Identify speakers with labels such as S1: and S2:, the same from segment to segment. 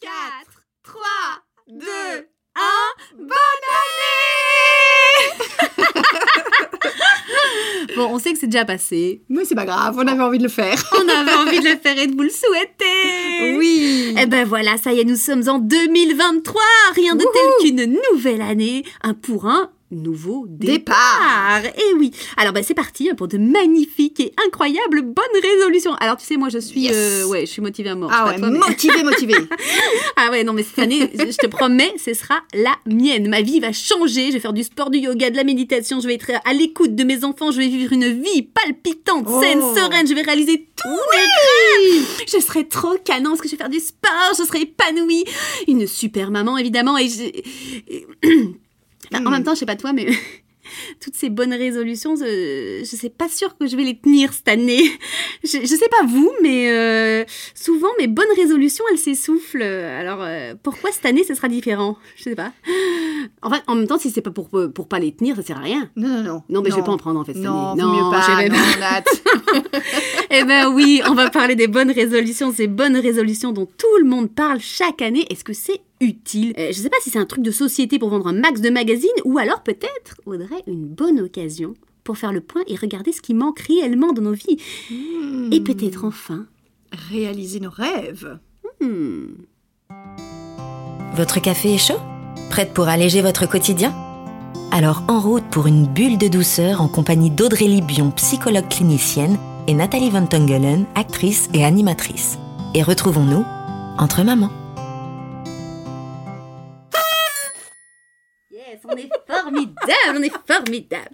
S1: 4, 3, 2, 1, bonne année
S2: Bon, on sait que c'est déjà passé.
S1: Mais c'est pas grave, on avait envie de le faire.
S2: On avait envie de le faire et de vous le souhaiter.
S1: Oui.
S2: Et ben voilà, ça y est, nous sommes en 2023. Rien de tel qu'une nouvelle année. Un pour un, nouveau départ.
S1: Départ.
S2: Et oui. Alors bah, c'est parti pour de magnifiques et incroyables bonnes résolutions. Alors tu sais moi je suis
S1: Yes.
S2: euh, ouais, je suis motivée à mort. Je
S1: Ah ouais,
S2: sais pas toi, mais-
S1: motivé, motivé.
S2: Ah ouais, non mais cette année, je te promets, ce sera la mienne. Ma vie va changer, je vais faire du sport, du yoga, de la méditation, je vais être à l'écoute de mes enfants, je vais vivre une vie palpitante,
S1: Oh.
S2: saine, sereine, je vais réaliser tous mes rêves. Je serai trop canon parce que je vais faire du sport, je serai épanouie, une super maman évidemment et j'ai- et-
S1: Ah,
S2: Enfin, Bah, En
S1: Hmm.
S2: même temps, je sais pas toi mais toutes ces bonnes résolutions, euh, je sais pas sûre que je vais les tenir cette année. Je, je sais pas vous, mais euh, souvent mes bonnes résolutions, elles s'essoufflent. Alors euh, pourquoi cette année ce sera différent Je sais pas. En fait, en même temps, si c'est pas pour, pour pas les tenir, ça sert à rien.
S1: Non, non, non.
S2: Non, mais je vais pas en prendre en fait cette
S1: Non,
S2: année.
S1: vaut mieux
S2: je
S1: pas.
S2: vais
S1: Non,
S2: pas.
S1: Nat.
S2: Eh ben oui, on va parler des bonnes résolutions, ces bonnes résolutions dont tout le monde parle chaque année. Est-ce que c'est utile Euh, Je sais pas si c'est un truc de société pour vendre un max de magazines ou alors peut-être Audrey une bonne occasion pour faire le point et regarder ce qui manque réellement dans nos vies. Et
S1: Hmm.
S2: peut-être enfin.
S1: Réaliser nos rêves.
S2: hmm,
S3: Votre café est chaud Prête pour alléger votre quotidien Alors en route pour une bulle de douceur en compagnie d'Audrey Libion, psychologue clinicienne, et Nathalie Van Tongelen, actrice et animatrice. Et retrouvons-nous entre mamans.
S2: Yes, on est formidable, Ah, on est formidable.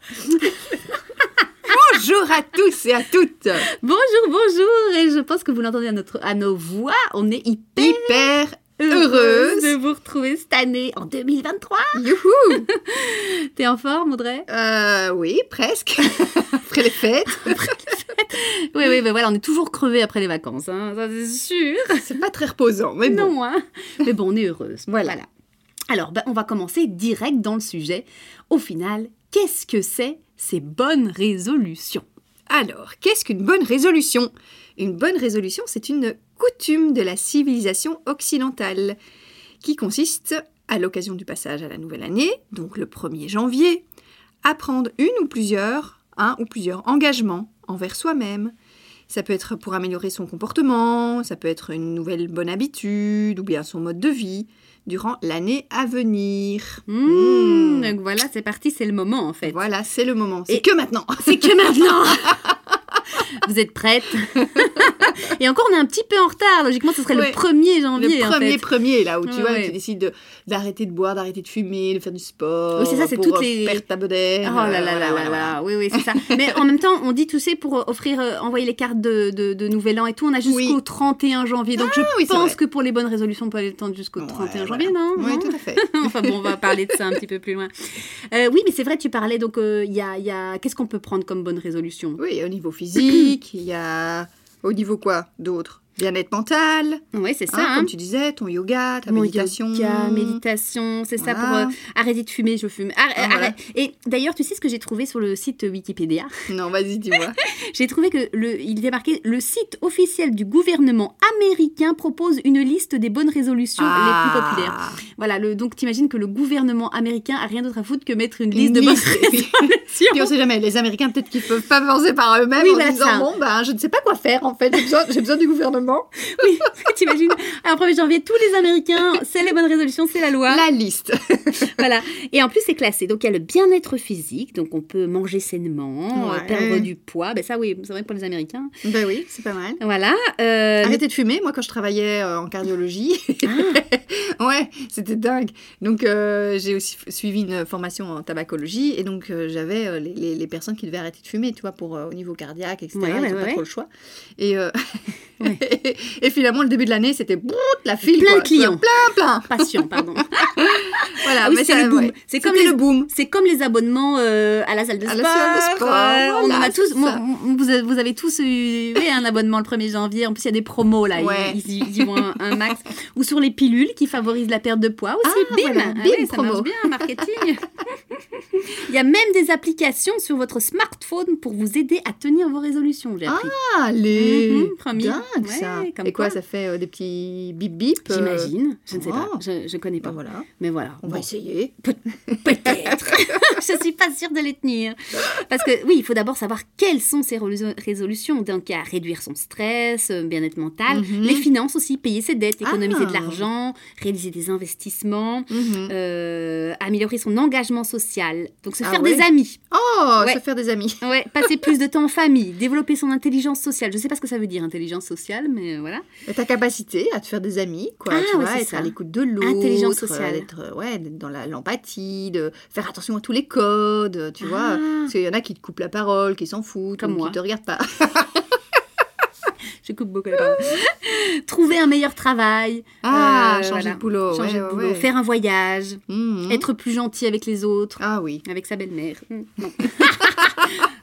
S1: Bonjour à tous et à toutes.
S2: Bonjour, bonjour, et je pense que vous l'entendez à, notre, à nos voix, on est hyper
S1: Hyper
S2: heureuse
S1: Heureuse.
S2: de vous retrouver cette année, en 2023.
S1: youhou.
S2: T'es en forme, Audrey
S1: Euh, oui, presque. Après les fêtes,
S2: Oui, oui, ben voilà, on est toujours crevé après les vacances, hein, ça c'est sûr.
S1: c'est pas très reposant, mais bon.
S2: Non, hein. Mais bon, on est heureuse.
S1: Voilà.
S2: Alors, ben, on va commencer direct dans le sujet. Au final, qu'est-ce que c'est ces bonnes résolutions
S1: Alors, qu'est-ce qu'une bonne résolution Une bonne résolution, c'est une coutume de la civilisation occidentale qui consiste, à l'occasion du passage à la nouvelle année, donc le 1er janvier, à prendre une ou plusieurs, un ou plusieurs engagements envers soi-même. Ça peut être pour améliorer son comportement, ça peut être une nouvelle bonne habitude ou bien son mode de vie durant l'année à venir.
S2: Hmm,
S1: Mmh.
S2: Donc voilà, c'est parti, c'est le moment en fait.
S1: Voilà, c'est le moment. C'est
S2: Et-
S1: que maintenant.
S2: C'est que maintenant Vous êtes prête Et encore, on est un petit peu en retard. Logiquement, ce serait
S1: Ouais.
S2: le 1er janvier.
S1: Le
S2: en
S1: premier
S2: fait.
S1: premier, là, où tu
S2: Ouais,
S1: vois,
S2: ouais.
S1: tu décides de- d'arrêter de boire, d'arrêter de fumer, de faire du sport.
S2: Oui, c'est ça, c'est
S1: pour
S2: toutes
S1: euh,
S2: les-
S1: perdre ta bedaine.
S2: Oh là
S1: euh,
S2: là là
S1: voilà,
S2: là
S1: voilà,
S2: là,
S1: voilà.
S2: oui, oui, c'est ça. Mais en même temps, on dit, tu sais, pour euh, offrir, euh, envoyer les cartes de, de, de Nouvel An et tout, on a jusqu'au
S1: Oui.
S2: 31 janvier. Donc je
S1: Ah oui, c'est
S2: pense
S1: vrai.
S2: que pour les bonnes résolutions, on peut aller le temps jusqu'au
S1: Ouais,
S2: 31
S1: voilà.
S2: janvier, non
S1: Oui,
S2: Non
S1: tout à fait.
S2: Enfin bon, on va parler de ça un petit peu plus loin. Euh, oui, mais c'est vrai, tu parlais, donc euh, il y a, il y a... qu'est-ce qu'on peut prendre comme bonne résolution
S1: Oui, au niveau physique, il y a. Au niveau quoi d'autre Bien-être mental,
S2: Oui, c'est ça.
S1: hein,
S2: hein.
S1: comme tu disais, ton yoga, ta
S2: Mon
S1: méditation.
S2: yoga, méditation, c'est ça pour
S1: Voilà.
S2: euh, arrêter de fumer, je fume. Arr-
S1: Ah, voilà.
S2: arrête. Et d'ailleurs, tu sais ce que j'ai trouvé sur le site Wikipédia
S1: Non, vas-y, dis-moi.
S2: J'ai trouvé que le, il était marqué le site officiel du gouvernement américain propose une liste des bonnes résolutions les plus
S1: Ah.
S2: populaires. Voilà, le, donc t'imagines que le gouvernement américain a rien d'autre à foutre que mettre une liste de bonnes
S1: Puis on
S2: résolutions.
S1: sait jamais, les Américains peut-être qu'ils peuvent pas penser par eux-mêmes
S2: Oui,
S1: en
S2: voilà, ça.
S1: disant bon ben je ne sais pas quoi faire en fait, j'ai besoin, j'ai besoin du gouvernement.
S2: Oui, t'imagines Alors, 1er janvier, tous les Américains, c'est les bonnes résolutions, c'est la loi.
S1: La liste.
S2: Voilà. Et en plus, c'est classé. Donc, il y a le bien-être physique, donc on peut manger sainement, euh,
S1: Ouais.
S2: perdre du poids. Ben ça, oui, c'est vrai que pour les Américains.
S1: ben oui, c'est pas mal.
S2: Voilà. euh,
S1: Arrêter de fumer, moi quand je travaillais euh, en cardiologie,
S2: Ah.
S1: ouais, c'était dingue. Donc euh, j'ai aussi f- suivi une formation en tabacologie et donc euh, j'avais euh, les, les- les personnes qui devaient arrêter de fumer, tu vois, pour euh, au niveau cardiaque, etc.
S2: Ouais,
S1: ils
S2: ouais,
S1: ont
S2: ouais.
S1: pas trop le choix. Et, euh,
S2: Ouais.
S1: et, finalement le début de l'année c'était brrrt, la file,
S2: Plein
S1: quoi.
S2: de clients.
S1: plein, plein.
S2: Patient, pardon.
S1: Voilà,
S2: Ah oui,
S1: mais
S2: c'est
S1: ça,
S2: le boom.
S1: ouais.
S2: C'est comme
S1: C'était
S2: les-
S1: le boom.
S2: C'est comme les abonnements euh, à la salle de
S1: À
S2: sport.
S1: la salle de sport,
S2: euh, on
S1: voilà,
S2: a tous,
S1: c'est
S2: moi,
S1: ça.
S2: on- vous, avez- vous avez tous eu oui, un abonnement le 1er janvier. En plus, il y a des promos là. ils-
S1: Ouais.
S2: Ils, y- ils y vont un, un max. Ou sur les pilules qui favorisent la perte de poids aussi.
S1: Ah,
S2: bim
S1: voilà,
S2: Ah
S1: bim,
S2: ouais, Ça
S1: promo.
S2: marche bien, marketing. il y a même des applications sur votre smartphone pour vous aider à tenir vos résolutions. J'ai
S1: Ah,
S2: appris.
S1: Allez,
S2: Mhm, premier.
S1: dingue ça.
S2: Ouais, comme
S1: Et quoi,
S2: quoi.
S1: ça fait euh, des petits bip bip euh,
S2: J'imagine. Je ne sais pas.
S1: oh.
S2: Je, je connais
S1: Ben
S2: pas.
S1: voilà,
S2: Mais voilà.
S1: on
S2: Bon.
S1: va essayer.
S2: Peut-être. je suis pas sûre de les tenir. Parce que oui, il faut d'abord savoir quelles sont ses résolu- résolutions. Donc, il y a réduire son stress, euh, bien-être mental,
S1: Mhm.
S2: les finances aussi, payer ses dettes, économiser de
S1: Ah.
S2: l'argent, réaliser des investissements,
S1: Mhm.
S2: euh, améliorer son engagement social. Donc, se
S1: Ah
S2: faire des
S1: ouais.
S2: amis.
S1: Oh,
S2: Ouais.
S1: se faire des amis.
S2: Ouais, passer plus de temps en famille, développer son intelligence sociale. Je sais pas ce que ça veut dire, intelligence sociale, mais euh, voilà.
S1: Mais Ta capacité à te faire des amis, quoi.
S2: Ah,
S1: tu
S2: ouais,
S1: vois,
S2: c'est
S1: être
S2: ça.
S1: à l'écoute de l'autre.
S2: Intelligence
S1: euh,
S2: sociale.
S1: D'être euh, ouais, d'être dans la- l'empathie, de faire attention à tous les codes, euh, tu vois.
S2: Ah.
S1: Parce qu'il y en a qui te coupent la parole, qui s'en foutent,
S2: Comme
S1: ou
S2: moi. Ah,
S1: qui te regardent pas.
S2: Je coupe beaucoup la parole. Trouver un meilleur travail,
S1: Ah,
S2: Euh,
S1: changer
S2: voilà.
S1: de boulot.
S2: changer
S1: ouais,
S2: de
S1: ouais,
S2: boulot,
S1: ouais.
S2: faire un voyage,
S1: Mhm.
S2: être plus gentil avec les autres.
S1: Ah oui,
S2: Avec sa belle-mère. Mm, non.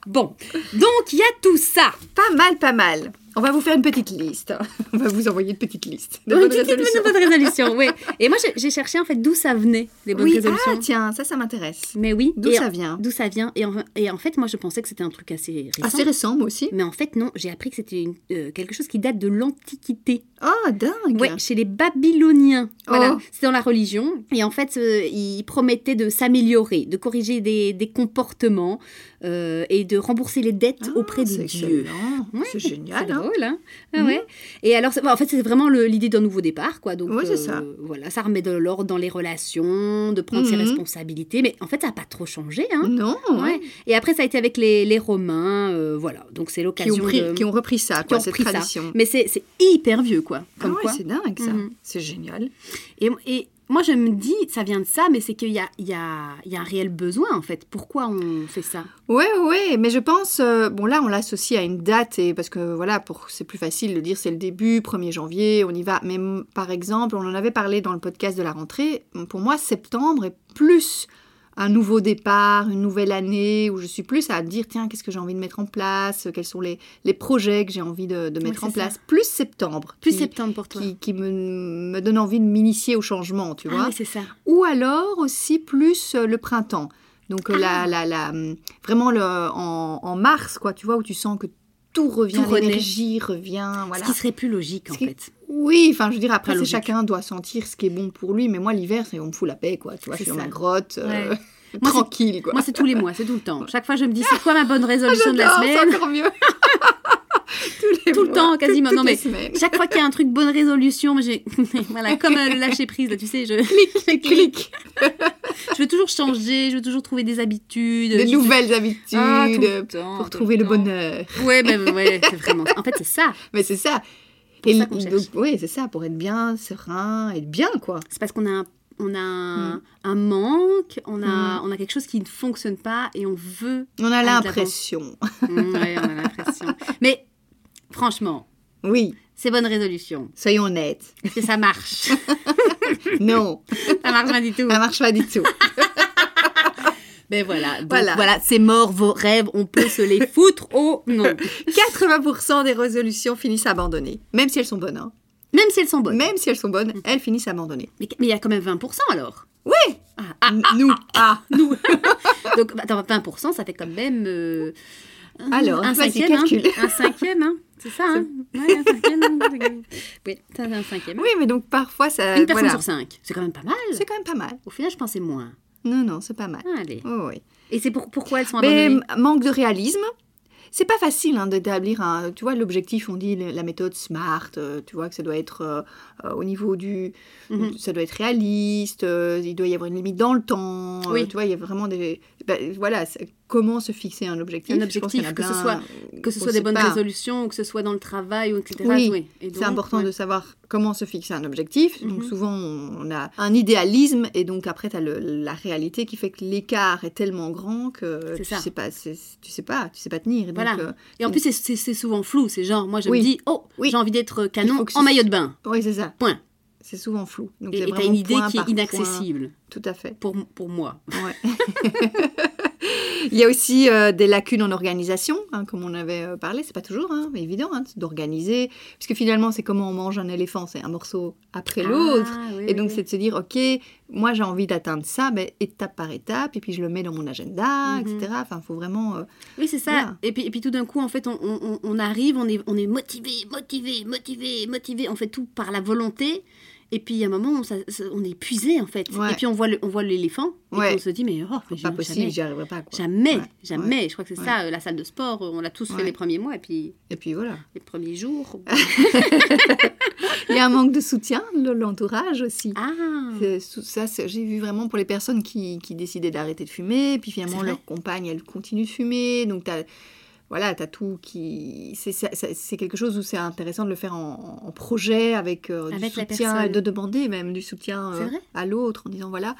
S2: bon, donc il y a tout ça.
S1: pas mal, pas mal. On va vous faire une petite liste. On va vous envoyer une petite liste de
S2: Une
S1: bonnes
S2: petite
S1: résolutions.
S2: bonne résolution, oui. Et moi, j'ai- j'ai cherché en fait d'où ça venait, les bonnes
S1: Oui,
S2: résolutions.
S1: ah tiens, ça, ça m'intéresse.
S2: Mais oui,
S1: D'où
S2: et-
S1: ça vient
S2: D'où ça vient. Et en, et en fait, moi, je pensais que c'était un truc assez récent.
S1: Assez récent, moi aussi.
S2: Mais en fait, non, j'ai appris que c'était une- euh, quelque chose qui date de l'Antiquité.
S1: Ah, dingue
S2: Ouais, chez les Babyloniens. Voilà,
S1: Oh.
S2: c'est dans la religion. Et en fait, euh, ils promettaient de s'améliorer, de corriger des, des comportements euh, et de rembourser les dettes
S1: Ah,
S2: auprès de
S1: c'est
S2: Dieu.
S1: excellent.
S2: Ouais,
S1: C'est génial,
S2: C'est
S1: hein.
S2: drôle, hein Ah
S1: Mhm.
S2: ouais. Et alors, c'est- bah, en fait, c'est vraiment le- l'idée d'un nouveau départ, quoi. Donc, euh,
S1: Ouais, c'est ça.
S2: Voilà, ça remet de l'ordre dans les relations, de prendre ses
S1: Mhm.
S2: responsabilités. Mais en fait, ça n'a pas trop changé, hein
S1: Non,
S2: Ouais. Et après, ça a été avec les, les Romains, euh, voilà. Donc, c'est
S1: qui, ont
S2: l'occasion
S1: pris-
S2: de-
S1: qui ont repris ça,
S2: qui
S1: quoi,
S2: ont
S1: cette
S2: repris ça.
S1: tradition.
S2: Mais c'est c'est hyper vieux, quoi.
S1: Ah
S2: Comme
S1: ouais,
S2: quoi.
S1: c'est dingue ça.
S2: Mhm.
S1: C'est génial.
S2: Et, et moi, je me dis, ça vient de ça, mais c'est qu'il y a, il y, a, il y a un réel besoin, en fait. Pourquoi on fait ça
S1: Ouais, ouais, mais je pense, euh, bon là on l'associe à une date et parce que voilà, pour c'est plus facile de dire c'est le début, 1er janvier, on y va. Mais mm, par exemple, on en avait parlé dans le podcast de la rentrée. Pour moi, septembre est plus un nouveau départ, une nouvelle année où je suis plus à dire tiens qu'est-ce que j'ai envie de mettre en place, euh, quels sont les, les projets que j'ai envie de, de mettre
S2: c'est
S1: en
S2: ça.
S1: place. Plus septembre,
S2: Plus
S1: qui,
S2: septembre pour toi.
S1: qui, qui me, me donne envie de m'initier au changement, tu
S2: Ah,
S1: vois
S2: mais c'est ça.
S1: ou alors aussi plus euh, le printemps. Donc euh,
S2: Ah.
S1: la, la, la, hum, vraiment le, en, en mars, quoi, tu vois, où tu sens que tout revient,
S2: Tout renaît.
S1: l'énergie revient, voilà.
S2: Ce qui serait plus logique, en
S1: Ce qui-
S2: fait.
S1: Oui, enfin, je veux dire, après,
S2: Pas
S1: c'est
S2: logique.
S1: chacun doit sentir ce qui est bon pour lui, mais moi, l'hiver, c'est on me fout la paix, quoi, tu vois, je
S2: C'est
S1: suis dans
S2: ça.
S1: ma grotte,
S2: Ouais.
S1: euh,
S2: Moi, c'est-
S1: tranquille, quoi.
S2: Moi, c'est tous les mois, c'est tout le temps. Chaque fois, je me dis, c'est quoi ma bonne résolution de la
S1: J'adore, c'est
S2: semaine
S1: encore mieux. Tous les
S2: Tout le
S1: mois,
S2: temps, quasiment.
S1: toutes
S2: Non, mais-
S1: les semaines.
S2: Chaque fois qu'il y a un truc bonne résolution, mais j'ai voilà comme euh, le lâcher prise là, tu sais, je
S1: Clic, clic,
S2: je veux toujours changer, je veux toujours trouver des habitudes,
S1: des
S2: je-
S1: nouvelles
S2: Ah, tout le
S1: habitudes
S2: temps,
S1: pour
S2: tout
S1: trouver le
S2: temps.
S1: bonheur.
S2: Ouais, ben ouais, c'est vraiment. En fait, c'est ça.
S1: Mais c'est ça.
S2: Pour
S1: Et
S2: ça qu'on
S1: donc,
S2: cherche.
S1: oui, c'est ça, pour être bien, serein, être bien, quoi.
S2: C'est parce qu'on a un- on a
S1: Hmm.
S2: un, un manque, on a on a quelque chose qui ne fonctionne pas et on veut.
S1: On a
S2: de
S1: l'impression.
S2: Mm, ouais, on a l'impression. Mais franchement,
S1: Oui,
S2: c'est bonne résolution.
S1: soyons honnêtes.
S2: Est-ce que ça marche
S1: Non,
S2: Ça marche pas du tout.
S1: ça marche pas du tout.
S2: Ben voilà, donc voilà,
S1: Voilà.
S2: c'est mort vos rêves, on peut se les foutre au non.
S1: 80% des résolutions finissent abandonnées, même si elles sont bonnes. hein.
S2: Même si elles sont bonnes.
S1: Même si elles sont bonnes, Mm. elles finissent abandonnées.
S2: Mais mais il y a quand même 20% alors.
S1: Oui
S2: Ah, ah,
S1: Nous, ah
S2: nous. Donc bah, attends, 20%, ça fait quand même euh, un-
S1: Alors,
S2: un
S1: vas-y,
S2: cinquième. hein.
S1: calcule.
S2: un cinquième, hein. c'est ça. Hein. Ouais, un cinquième. hein. Oui, ça fait un cinquième.
S1: Oui, mais donc parfois ça.
S2: Une personne
S1: voilà.
S2: sur cinq, c'est quand même pas mal.
S1: C'est quand même pas mal.
S2: Au final, je pensais moins.
S1: Non, non, c'est pas mal.
S2: Ah, allez.
S1: Oh, oui.
S2: Et c'est pour, pourquoi elles sont
S1: Mais
S2: abandonnées
S1: m- manque de réalisme. C'est pas facile hein, d'établir un. Tu vois, l'objectif, on dit le- la méthode SMART, euh, tu vois, que ça doit être euh, euh, au niveau du.
S2: Mhm.
S1: Ça doit être réaliste, euh, il doit y avoir une limite dans le temps. euh,
S2: Oui.
S1: tu vois, il y a vraiment des. ben, voilà, c'est- comment se fixer un objectif
S2: Un
S1: Je pense qu'il y en a
S2: objectif, que ce
S1: plein,
S2: soit-
S1: euh,
S2: Que ce
S1: on
S2: soit des
S1: sait
S2: bonnes
S1: pas.
S2: résolutions, ou que ce soit dans le travail, ou etc.
S1: Oui,
S2: Et
S1: C'est
S2: donc,
S1: important
S2: ouais.
S1: de savoir comment se fixer un objectif. Donc
S2: Mhm.
S1: souvent, on a un idéalisme et donc après, tu as la réalité qui fait que l'écart est tellement grand que
S2: C'est
S1: tu
S2: ça.
S1: sais pas, c'est- tu sais pas, tu sais pas tenir. Et donc,
S2: Voilà.
S1: euh,
S2: Et en plus, c'est- c'est c'est souvent flou. C'est genre, moi, je me
S1: Oui.
S2: dis, oh,
S1: Oui.
S2: j'ai envie d'être
S1: Il
S2: canon
S1: faut que
S2: en
S1: ce-
S2: maillot de bain.
S1: oui, c'est ça.
S2: Point.
S1: C'est souvent flou. Donc,
S2: Et
S1: c'est
S2: et t'as
S1: vraiment
S2: une idée
S1: point
S2: qui
S1: par
S2: est
S1: point.
S2: inaccessible
S1: Tout à fait.
S2: pour, m- pour moi.
S1: Ouais. Il y a aussi euh, des lacunes en organisation, hein, comme on avait euh, parlé. C'est pas toujours hein, mais évident hein, d'organiser, puisque finalement, c'est comment on mange un éléphant, c'est un morceau après l'autre.
S2: Ah, oui,
S1: Et
S2: oui,
S1: donc,
S2: oui.
S1: c'est de se dire, OK, moi, j'ai envie d'atteindre ça, mais étape par étape, et puis je le mets dans mon agenda,
S2: Mhm.
S1: etc. Enfin, il faut vraiment... euh,
S2: Oui, c'est ça.
S1: Voilà.
S2: Et, puis, et puis tout d'un coup, en fait, on, on- on arrive, on est, on est motivé, motivé, motivé, motivé. On fait tout par la volonté. Et puis, il y a un moment, on, s'a- se- on est épuisé, en fait.
S1: Ouais.
S2: Et puis, on voit le- on voit l'éléphant. Et
S1: Ouais.
S2: puis, on se dit, mais, oh, mais
S1: pas
S2: jamais,
S1: possible, j'y arriverai pas. quoi.
S2: Jamais,
S1: Ouais,
S2: jamais. Je crois que c'est
S1: ouais.
S2: ça, euh, la salle de sport. euh, On l'a tous
S1: Ouais.
S2: fait les premiers mois. Et puis,
S1: Et puis voilà.
S2: les premiers jours. Ah.
S1: Il y a un manque de soutien de l'entourage aussi.
S2: ah
S1: C'est- sou- Ça, c'est- j'ai vu vraiment pour les personnes qui, qui décidaient d'arrêter de fumer, puis finalement
S2: C'est vrai.
S1: leur compagne, elle continue de fumer, donc t'as voilà, t'as tout qui c'est ça- ça- c'est quelque chose où c'est intéressant de le faire en, en projet avec, euh, du
S2: Avec la
S1: soutien, et
S2: personne.
S1: de demander même du soutien
S2: C'est
S1: euh,
S2: vrai.
S1: à l'autre en disant voilà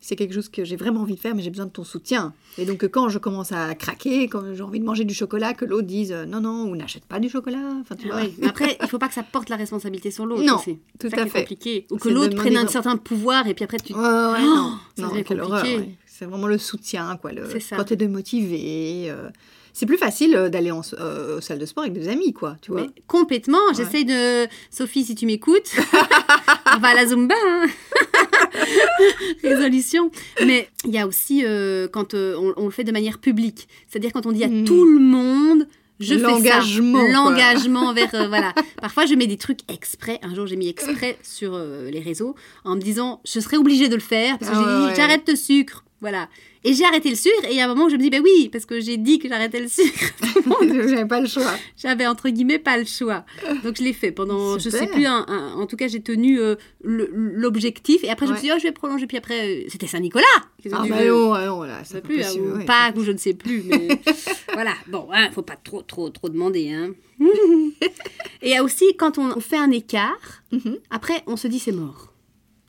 S1: c'est quelque chose que j'ai vraiment envie de faire, mais j'ai besoin de ton soutien. Et donc, euh, quand je commence à craquer, quand j'ai envie de manger du chocolat, que l'autre dise euh, non, non, ou n'achète pas du chocolat. Enfin, tu
S2: Ah
S1: vois.
S2: ouais. Mais Après, il faut pas que ça porte la responsabilité sur l'autre.
S1: Non,
S2: aussi.
S1: tout
S2: C'est ça
S1: à
S2: qui est
S1: fait.
S2: compliqué. Ou que
S1: C'est
S2: l'autre
S1: demander
S2: prenne un
S1: vraiment-
S2: certain pouvoir et puis après tu.
S1: Ouais, ouais, ouais, non,
S2: ça
S1: non,
S2: devient
S1: quelle horreur,
S2: compliqué.
S1: ouais. C'est vraiment le soutien, quoi. Le,
S2: C'est ça.
S1: Quand t'es démotivé, euh, c'est plus facile euh, d'aller en s- euh, aux salles de sport avec des amis, quoi. Tu vois.
S2: Mais complètement, j'essaye de. Sophie, si tu m'écoutes, on va à la Zumba. hein. Résolution. Mais il y a aussi euh, quand euh, on, on le fait de manière publique, c'est-à-dire quand on dit à
S1: Mm.
S2: tout le monde. Je fais ça.
S1: L'engagement, quoi.
S2: L'engagement vers. euh, voilà. Parfois, je mets des trucs exprès. Un jour, j'ai mis exprès sur euh, les réseaux en me disant je serais obligée de le faire parce que
S1: Ah
S2: j'ai dit
S1: ouais, ouais.
S2: j'arrête le sucre. Voilà. Et j'ai arrêté le sucre et à un moment, je me dis ben oui, parce que j'ai dit que j'arrêtais le sucre.
S1: J'avais pas le choix.
S2: J'avais entre guillemets pas le choix. Donc je l'ai fait pendant, je sais
S1: Super.
S2: plus, un- un- en tout cas j'ai tenu euh, le- l'objectif. Et après je me
S1: Ouais.
S2: suis dit, oh, je vais prolonger. Puis après, euh, c'était Saint-Nicolas. Qu'est-ce que
S1: Ah
S2: tu
S1: bah
S2: veux
S1: non, ah non, là,
S2: Je sais
S1: c'est pas
S2: plus, hein,
S1: possible,
S2: ou
S1: ouais.
S2: Pâques, ou je ne sais plus. Mais voilà, bon, hein, faut pas trop, trop, trop demander. Hein. Et il y a aussi, quand on on fait un écart,
S1: Mhm.
S2: après on se dit c'est mort.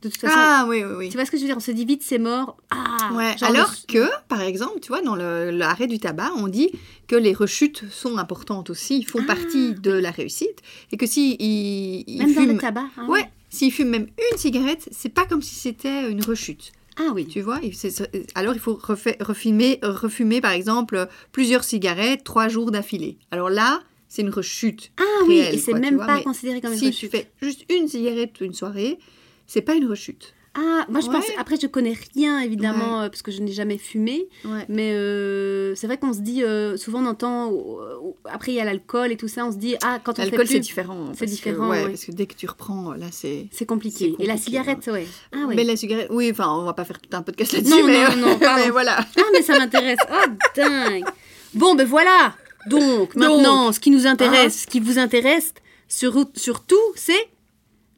S2: De toute façon,
S1: Ah oui, oui, oui.
S2: tu vois ce que je veux dire On se dit vite c'est mort. Ah,
S1: Ouais,
S2: genre le-
S1: alors que, par exemple, tu vois, dans le- l'arrêt du tabac, on dit que les rechutes sont importantes aussi, ils font
S2: Ah,
S1: partie de la réussite, et que si ils, ils
S2: même dans le
S1: fument,
S2: tabac. hein.
S1: ouais, s'ils fument même une cigarette, c'est pas comme si c'était une rechute.
S2: Ah oui.
S1: Tu vois, il- c'est- alors il faut refai- refumer, euh, refumer par exemple plusieurs cigarettes trois jours d'affilée. Alors là, c'est une rechute.
S2: Ah oui,
S1: réelle,
S2: et c'est
S1: quoi, tu
S2: même
S1: vois,
S2: pas
S1: mais
S2: considéré comme une
S1: si tu
S2: rechute.
S1: fais juste une cigarette une soirée, c'est pas une rechute.
S2: Ah, moi je pense.
S1: Ouais.
S2: Après, je connais rien évidemment euh, parce que je n'ai jamais fumé, mais euh, c'est vrai qu'on se dit euh, souvent on entend. euh, euh, après, il y a l'alcool et tout ça. On se dit ah quand on fait
S1: L'alcool c'est
S2: plus,
S1: différent.
S2: c'est
S1: parce que-
S2: différent,
S1: ouais,
S2: ouais.
S1: Parce que dès que tu reprends, là c'est.
S2: c'est compliqué.
S1: c'est
S2: Et la
S1: compliqué, hein.
S2: cigarette, ouais. Ah ouais.
S1: Mais la cigarette, oui, enfin on va pas faire tout un podcast là-dessus,
S2: Non,
S1: mais,
S2: non, non, non, pardon.
S1: mais voilà.
S2: Ah mais ça m'intéresse. Oh dingue. Bon ben voilà. Donc maintenant, ce qui nous intéresse,
S1: Hein
S2: ce qui vous intéresse sur- surtout, c'est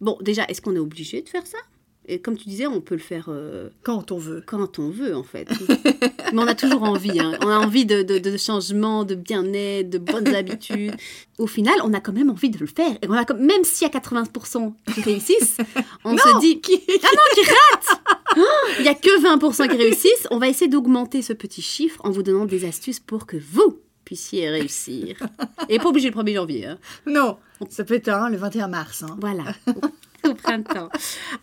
S2: bon déjà est-ce qu'on est obligé de faire ça Et comme tu disais, on peut le faire. euh,
S1: Quand on veut.
S2: quand on veut en fait. Mais on a toujours envie, hein. on a envie de, de, de changements, de bien-être, de bonnes habitudes. Au final, on a quand même envie de le faire. Et on a comme, même s'il y a 80% qui réussissent, on se dit, ah non, qui ratent Oh, Il n'y a que 20% qui réussissent. On va essayer d'augmenter ce petit chiffre en vous donnant des astuces pour que vous puissiez réussir. Et pas obligé le 1er janvier. hein.
S1: Non, ça peut être hein, le 21 mars. hein.
S2: Voilà, au, au printemps.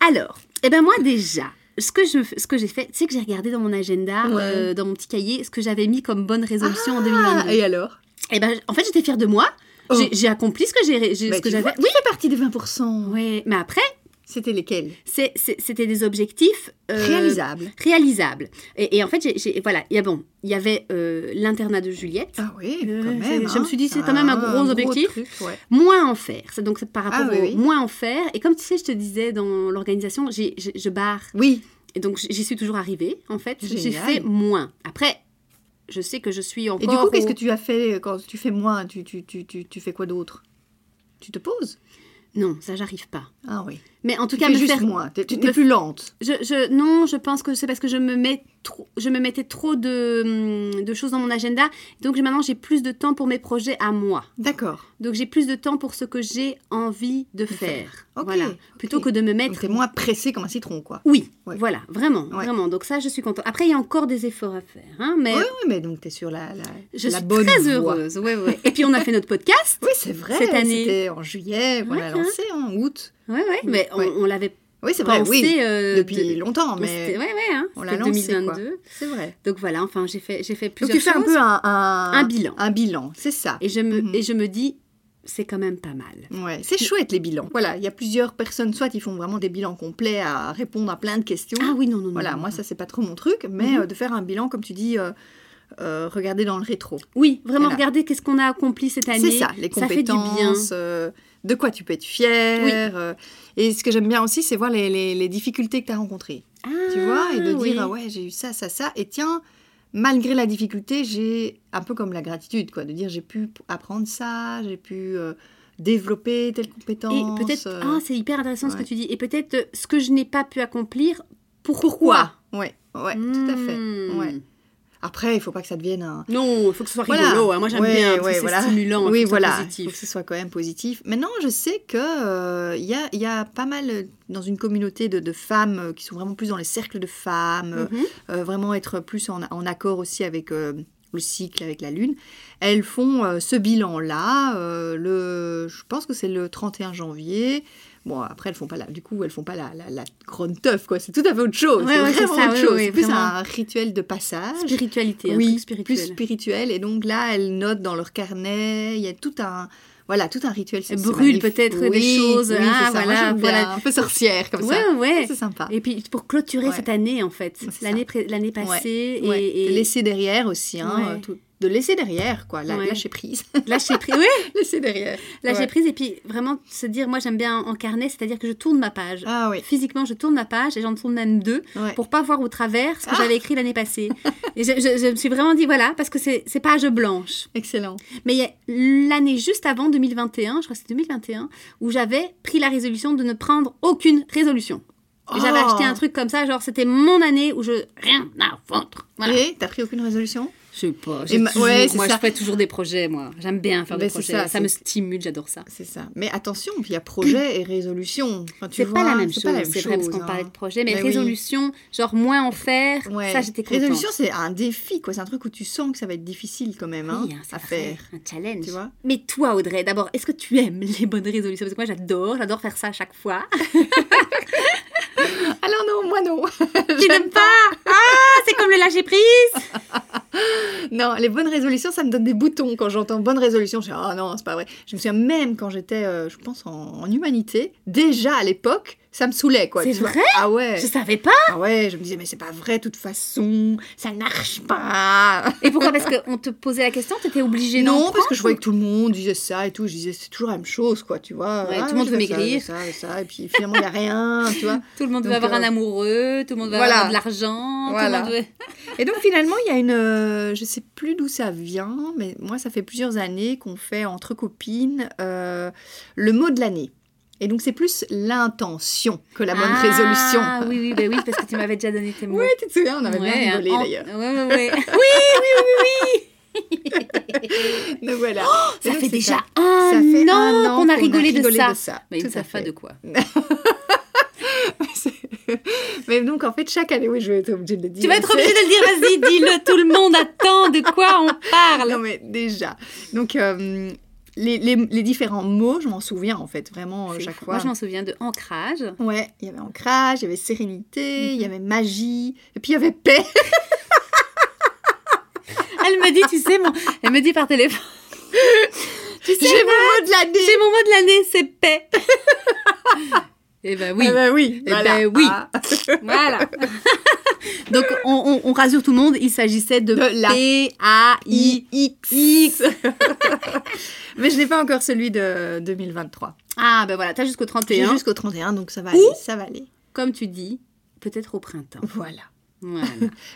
S2: Alors, eh ben moi déjà, ce que je, ce que j'ai fait, c'est que j'ai regardé dans mon agenda,
S1: Ouais.
S2: euh, dans mon petit cahier, ce que j'avais mis comme bonne résolution en
S1: Ah,
S2: 2022. Et...
S1: et alors
S2: ben, en fait, j'étais fière de moi.
S1: Oh.
S2: J'ai- J'ai accompli ce que j'ai, ré- j'ai-
S1: Bah,
S2: ce que
S1: tu
S2: j'avais.
S1: vois, Tu fais partie des 20%.
S2: Ouais, mais après,
S1: C'était lesquels
S2: c'est- c'est- c'était des objectifs euh,
S1: Réalisables.
S2: réalisables. Et, et en fait, j'ai, j'ai- voilà, il y a bon, il y avait euh, l'internat de Juliette.
S1: Ah oui,
S2: Euh,
S1: quand même.
S2: c'est- je me
S1: hein.
S2: suis dit, c'est quand même un gros objectif.
S1: truc, ouais.
S2: Moins en faire, c'est donc c'est par rapport
S1: Ah, oui,
S2: au
S1: oui.
S2: moins en faire. Et comme tu sais, je te disais dans l'organisation, j'ai- j'ai- je barre
S1: Oui,
S2: Et donc j- j'y suis toujours arrivée, en fait. J'ai
S1: Génial.
S2: fait moins. Après, je sais que je suis encore.
S1: et du coup, qu'est-ce
S2: au-
S1: que tu as
S2: euh,
S1: fait quand tu fais moins Tu, tu, tu, tu, tu fais quoi d'autre Tu te poses
S2: Non, ça j'arrive pas.
S1: Ah oui.
S2: Mais en tout
S1: Tu
S2: cas,
S1: fais
S2: me
S1: juste
S2: faire.
S1: moins. Tu
S2: me-
S1: plus lente.
S2: Je, je- non, je pense que c'est parce que je me mets trop- je me mettais trop de, hum, de choses dans mon agenda. Donc j'ai- maintenant, j'ai plus de temps pour mes projets à moi.
S1: D'accord.
S2: Donc j'ai plus de temps pour ce que j'ai envie de faire.
S1: Ok,
S2: Voilà.
S1: ok.
S2: Plutôt que de me
S1: Donc,
S2: mettre.
S1: t'es moins pressé comme un citron, quoi.
S2: Oui,
S1: Ouais.
S2: voilà, vraiment,
S1: Ouais.
S2: vraiment. Donc ça, je suis contente. Après, il y a encore des efforts à faire, hein, mais
S1: Oui, oui, mais donc t'es sur la, la,
S2: je
S1: la
S2: suis
S1: bonne
S2: très
S1: voie.
S2: heureuse. Ouais, ouais. Et puis on a fait notre podcast.
S1: Oui, c'est vrai.
S2: Cette année.
S1: C'était en juillet, on
S2: Ouais,
S1: l'a
S2: hein.
S1: lancé en août.
S2: Ouais, ouais. Mais on,
S1: Ouais.
S2: on l'avait
S1: Oui, c'est vrai,
S2: pensé
S1: oui.
S2: euh,
S1: Depuis
S2: de- on
S1: longtemps, mais
S2: s'était- ouais, ouais, hein,
S1: on l'a
S2: c'était
S1: lancé, quoi.
S2: 2022.
S1: c'est vrai.
S2: Donc voilà, enfin, j'ai fait, j'ai fait
S1: Donc
S2: plusieurs
S1: tu fais un
S2: choses.
S1: peu un, un,
S2: Un bilan.
S1: Un bilan, c'est ça.
S2: Et je me,
S1: Mhm.
S2: et je me dis, c'est quand même pas mal.
S1: Ouais, c'est chouette les bilans. Voilà, il y a plusieurs personnes, soit ils font vraiment des bilans complets à répondre à plein de questions.
S2: Ah oui, non, non, non.
S1: voilà,
S2: non,
S1: moi
S2: non.
S1: ça c'est pas trop mon truc, mais
S2: Mhm.
S1: euh, de faire un bilan, comme tu dis, euh, euh, regarder dans le rétro.
S2: Oui, vraiment,
S1: Voilà.
S2: regardez qu'est-ce qu'on a accompli cette année.
S1: C'est ça, les
S2: Ça fait du bien.
S1: compétences, euh, de quoi tu peux être fier.
S2: Oui.
S1: et ce que j'aime bien aussi, c'est voir les, les- les difficultés que tu as rencontrées. Tu vois, et de
S2: Ah, oui.
S1: dire, ah ouais, j'ai eu ça, ça, ça. Et tiens, malgré la difficulté, j'ai un peu comme la gratitude, quoi, de dire, j'ai pu p- apprendre ça, j'ai pu euh, développer telle
S2: Et
S1: compétence.
S2: peut-être,
S1: euh,
S2: ah, c'est hyper intéressant ce que
S1: ouais.
S2: tu dis. Et peut-être euh, ce que je n'ai pas pu accomplir, pourquoi,
S1: pourquoi Ouais, ouais, tout à fait.
S2: Hmm.
S1: Ouais. Après, il faut pas que ça devienne un.
S2: Non, il faut que ce soit
S1: Voilà.
S2: rigolo. hein. Moi, j'aime
S1: Ouais,
S2: bien parce
S1: ouais,
S2: que c'est
S1: voilà.
S2: stimulant,
S1: oui,
S2: faut que ce soit
S1: voilà. Il faut que
S2: positif.
S1: ce soit quand même positif. Maintenant, je sais que euh, il y, a, il y a pas mal euh, dans une communauté de, de femmes euh, qui sont vraiment plus dans les cercles de femmes, euh,
S2: Mhm.
S1: euh, vraiment être plus en, en accord aussi avec euh, le cycle, avec la lune. Elles font euh, ce bilan-là. euh, le, je pense que c'est le 31 janvier. Bon, après, elles font pas la, du coup, elles font pas la, la, la grande teuf, quoi. C'est tout à fait autre chose.
S2: Ouais, ouais, c'est
S1: vraiment
S2: ça,
S1: autre
S2: ouais,
S1: chose.
S2: ouais,
S1: c'est plus
S2: vraiment.
S1: un rituel de passage
S2: Spiritualité,
S1: Ah, oui,
S2: un truc spirituel.
S1: plus spirituel. Et donc là, elles notent dans leur carnet. Il y a tout un, voilà, tout un rituel.
S2: Elles
S1: c'est
S2: brûlent
S1: magnifique.
S2: peut-être des
S1: Oui,
S2: choses.
S1: oui,
S2: Ah,
S1: c'est ça. Moi,
S2: voilà,
S1: j'aime bien.
S2: voilà.
S1: un peu sorcière comme ça.
S2: ouais, ouais.
S1: C'est sympa.
S2: Et puis pour clôturer
S1: Ouais.
S2: cette année, en fait,
S1: C'est ça.
S2: l'année pré- l'année passée
S1: Ouais,
S2: et, et
S1: de laisser derrière aussi, hein,
S2: Ouais.
S1: tout- de laisser derrière quoi, la,
S2: Ouais.
S1: lâcher prise,
S2: lâcher prise. Ouais,
S1: laisser derrière.
S2: lâcher
S1: Ouais.
S2: prise et puis vraiment se dire, moi j'aime bien encarner, c'est-à-dire que je tourne ma page.
S1: Ah oui.
S2: Physiquement, je tourne ma page et j'en tourne même deux
S1: ouais.
S2: pour pas voir au travers ce que
S1: Ah.
S2: j'avais écrit l'année passée. et je, je- je me suis vraiment dit voilà parce que c'est c'est page blanche.
S1: Excellent.
S2: Mais il y a l'année juste avant 2021, je crois que c'est 2021, où j'avais pris la résolution de ne prendre aucune résolution. Et J'avais
S1: Oh.
S2: acheté un truc comme ça, genre c'était mon année où je rien à foutre. Voilà.
S1: Et t'as pris aucune résolution
S2: Je sais pas.
S1: j'ai Et ma- toujours- ouais, c'est moi, ça. je
S2: fais toujours des projets, moi. J'aime bien
S1: faire des Ben, c'est projets. ça, Ça me c'est-
S2: stimule, j'adore ça.
S1: C'est ça. Mais attention, il y a projet et résolution. Enfin, tu
S2: C'est pas
S1: vois,
S2: la même
S1: c'est
S2: chose,
S1: pas la même
S2: c'est vrai, parce qu'on
S1: chose,
S2: parlait de
S1: hein.
S2: projet, mais,
S1: Mais oui.
S2: résolution, genre moins en faire,
S1: Ouais.
S2: ça j'étais contente.
S1: Résolution, c'est un défi, quoi. C'est un truc où tu sens que ça va être difficile quand même hein,
S2: Oui, hein, c'est
S1: à
S2: vrai,
S1: faire.
S2: Un challenge.
S1: Tu vois
S2: Mais toi, Audrey, d'abord, est-ce que tu aimes les bonnes résolutions Parce que moi, j'adore, j'adore faire ça à chaque fois.
S1: Alors non, moi non.
S2: tu n'aimes pas Ah, c'est comme le lâcher prise
S1: Non, les bonnes résolutions, ça me donne des boutons. Quand j'entends bonne résolution, je dis ah non, c'est pas vrai. Je me souviens même quand j'étais, euh, je pense, en, en humanité, déjà à l'époque, ça me saoulait, quoi.
S2: C'est
S1: tu vois.
S2: vrai
S1: Ah ouais.
S2: Je savais pas
S1: Ah ouais, je me disais, mais c'est pas vrai, de toute façon, ça n'arrive pas.
S2: Et pourquoi Parce qu'on te posait la question, t'étais obligée d'en
S1: non, parce
S2: prendre
S1: que je voyais que tout le monde disait ça et tout. Je disais, c'est toujours la même chose, quoi, tu vois.
S2: Ouais,
S1: Ah,
S2: tout le monde
S1: je
S2: veut
S1: fais ça,
S2: maigrir.
S1: je fais Ça, je fais ça, et puis finalement, il n'y a rien, tu vois.
S2: Tout le monde veut
S1: Donc,
S2: avoir
S1: euh,
S2: un amoureux, tout le monde veut
S1: voilà.
S2: avoir de l'argent,
S1: Voilà.
S2: tout le monde veut...
S1: Et donc finalement, il y a une, euh, je sais plus d'où ça vient, mais moi ça fait plusieurs années qu'on fait entre copines euh, le mot de l'année. Et donc c'est plus l'intention que la bonne
S2: Ah,
S1: résolution.
S2: oui, oui, ben oui, parce que tu m'avais déjà donné tes mots.
S1: Oui, tu te souviens, on avait
S2: Ouais,
S1: bien rigolé
S2: hein, en-
S1: d'ailleurs.
S2: ouais, ouais, ouais.
S1: Donc voilà. Et
S2: Oh, Ça
S1: donc,
S2: fait
S1: c'est
S2: déjà
S1: ça.
S2: un,
S1: Ça fait un
S2: an qu'on a rigolé, de ça. Mais ils
S1: tout
S2: ne
S1: à
S2: savent pas
S1: fait.
S2: de quoi.
S1: Mais donc en fait chaque année, oui, je vais être obligée de le dire.
S2: Tu vas être
S1: c'est-
S2: obligé de le dire, vas-y, dis-le, tout le monde attend de quoi on
S1: Non
S2: parle.
S1: mais déjà. Donc euh, les, les- les différents mots, je m'en souviens en fait vraiment euh,
S2: C'est
S1: chaque
S2: fou.
S1: fois.
S2: Moi, je m'en souviens de ancrage.
S1: Ouais, il y avait ancrage, il y avait sérénité,
S2: Mhm.
S1: il y avait magie, et puis il y avait paix.
S2: Elle me dit, tu sais, mon... elle me dit par téléphone. tu sais,
S1: J'ai mon mot de l'année.
S2: j'ai mon mot de l'année, c'est paix. Eh ben oui,
S1: Eh ben oui.
S2: Eh ben oui.
S1: Ah,
S2: voilà. Donc on, on- on rassure tout le monde, il s'agissait de,
S1: De la-
S2: P A I
S1: I-X.
S2: X.
S1: Mais je n'ai pas encore celui de 2023.
S2: Ah ben voilà, t'as jusqu'au
S1: J'ai
S2: 31,
S1: jusqu'au 31, donc ça va
S2: Ou-
S1: aller, ça va aller.
S2: comme tu dis, peut-être au printemps.
S1: Voilà.
S2: Voilà.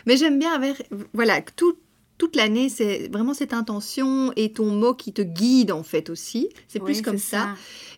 S1: Mais j'aime bien avoir, voilà, que tout, toute l'année, c'est vraiment cette intention et ton mot qui te guide en fait aussi. C'est plus
S2: Oui,
S1: comme
S2: c'est
S1: ça.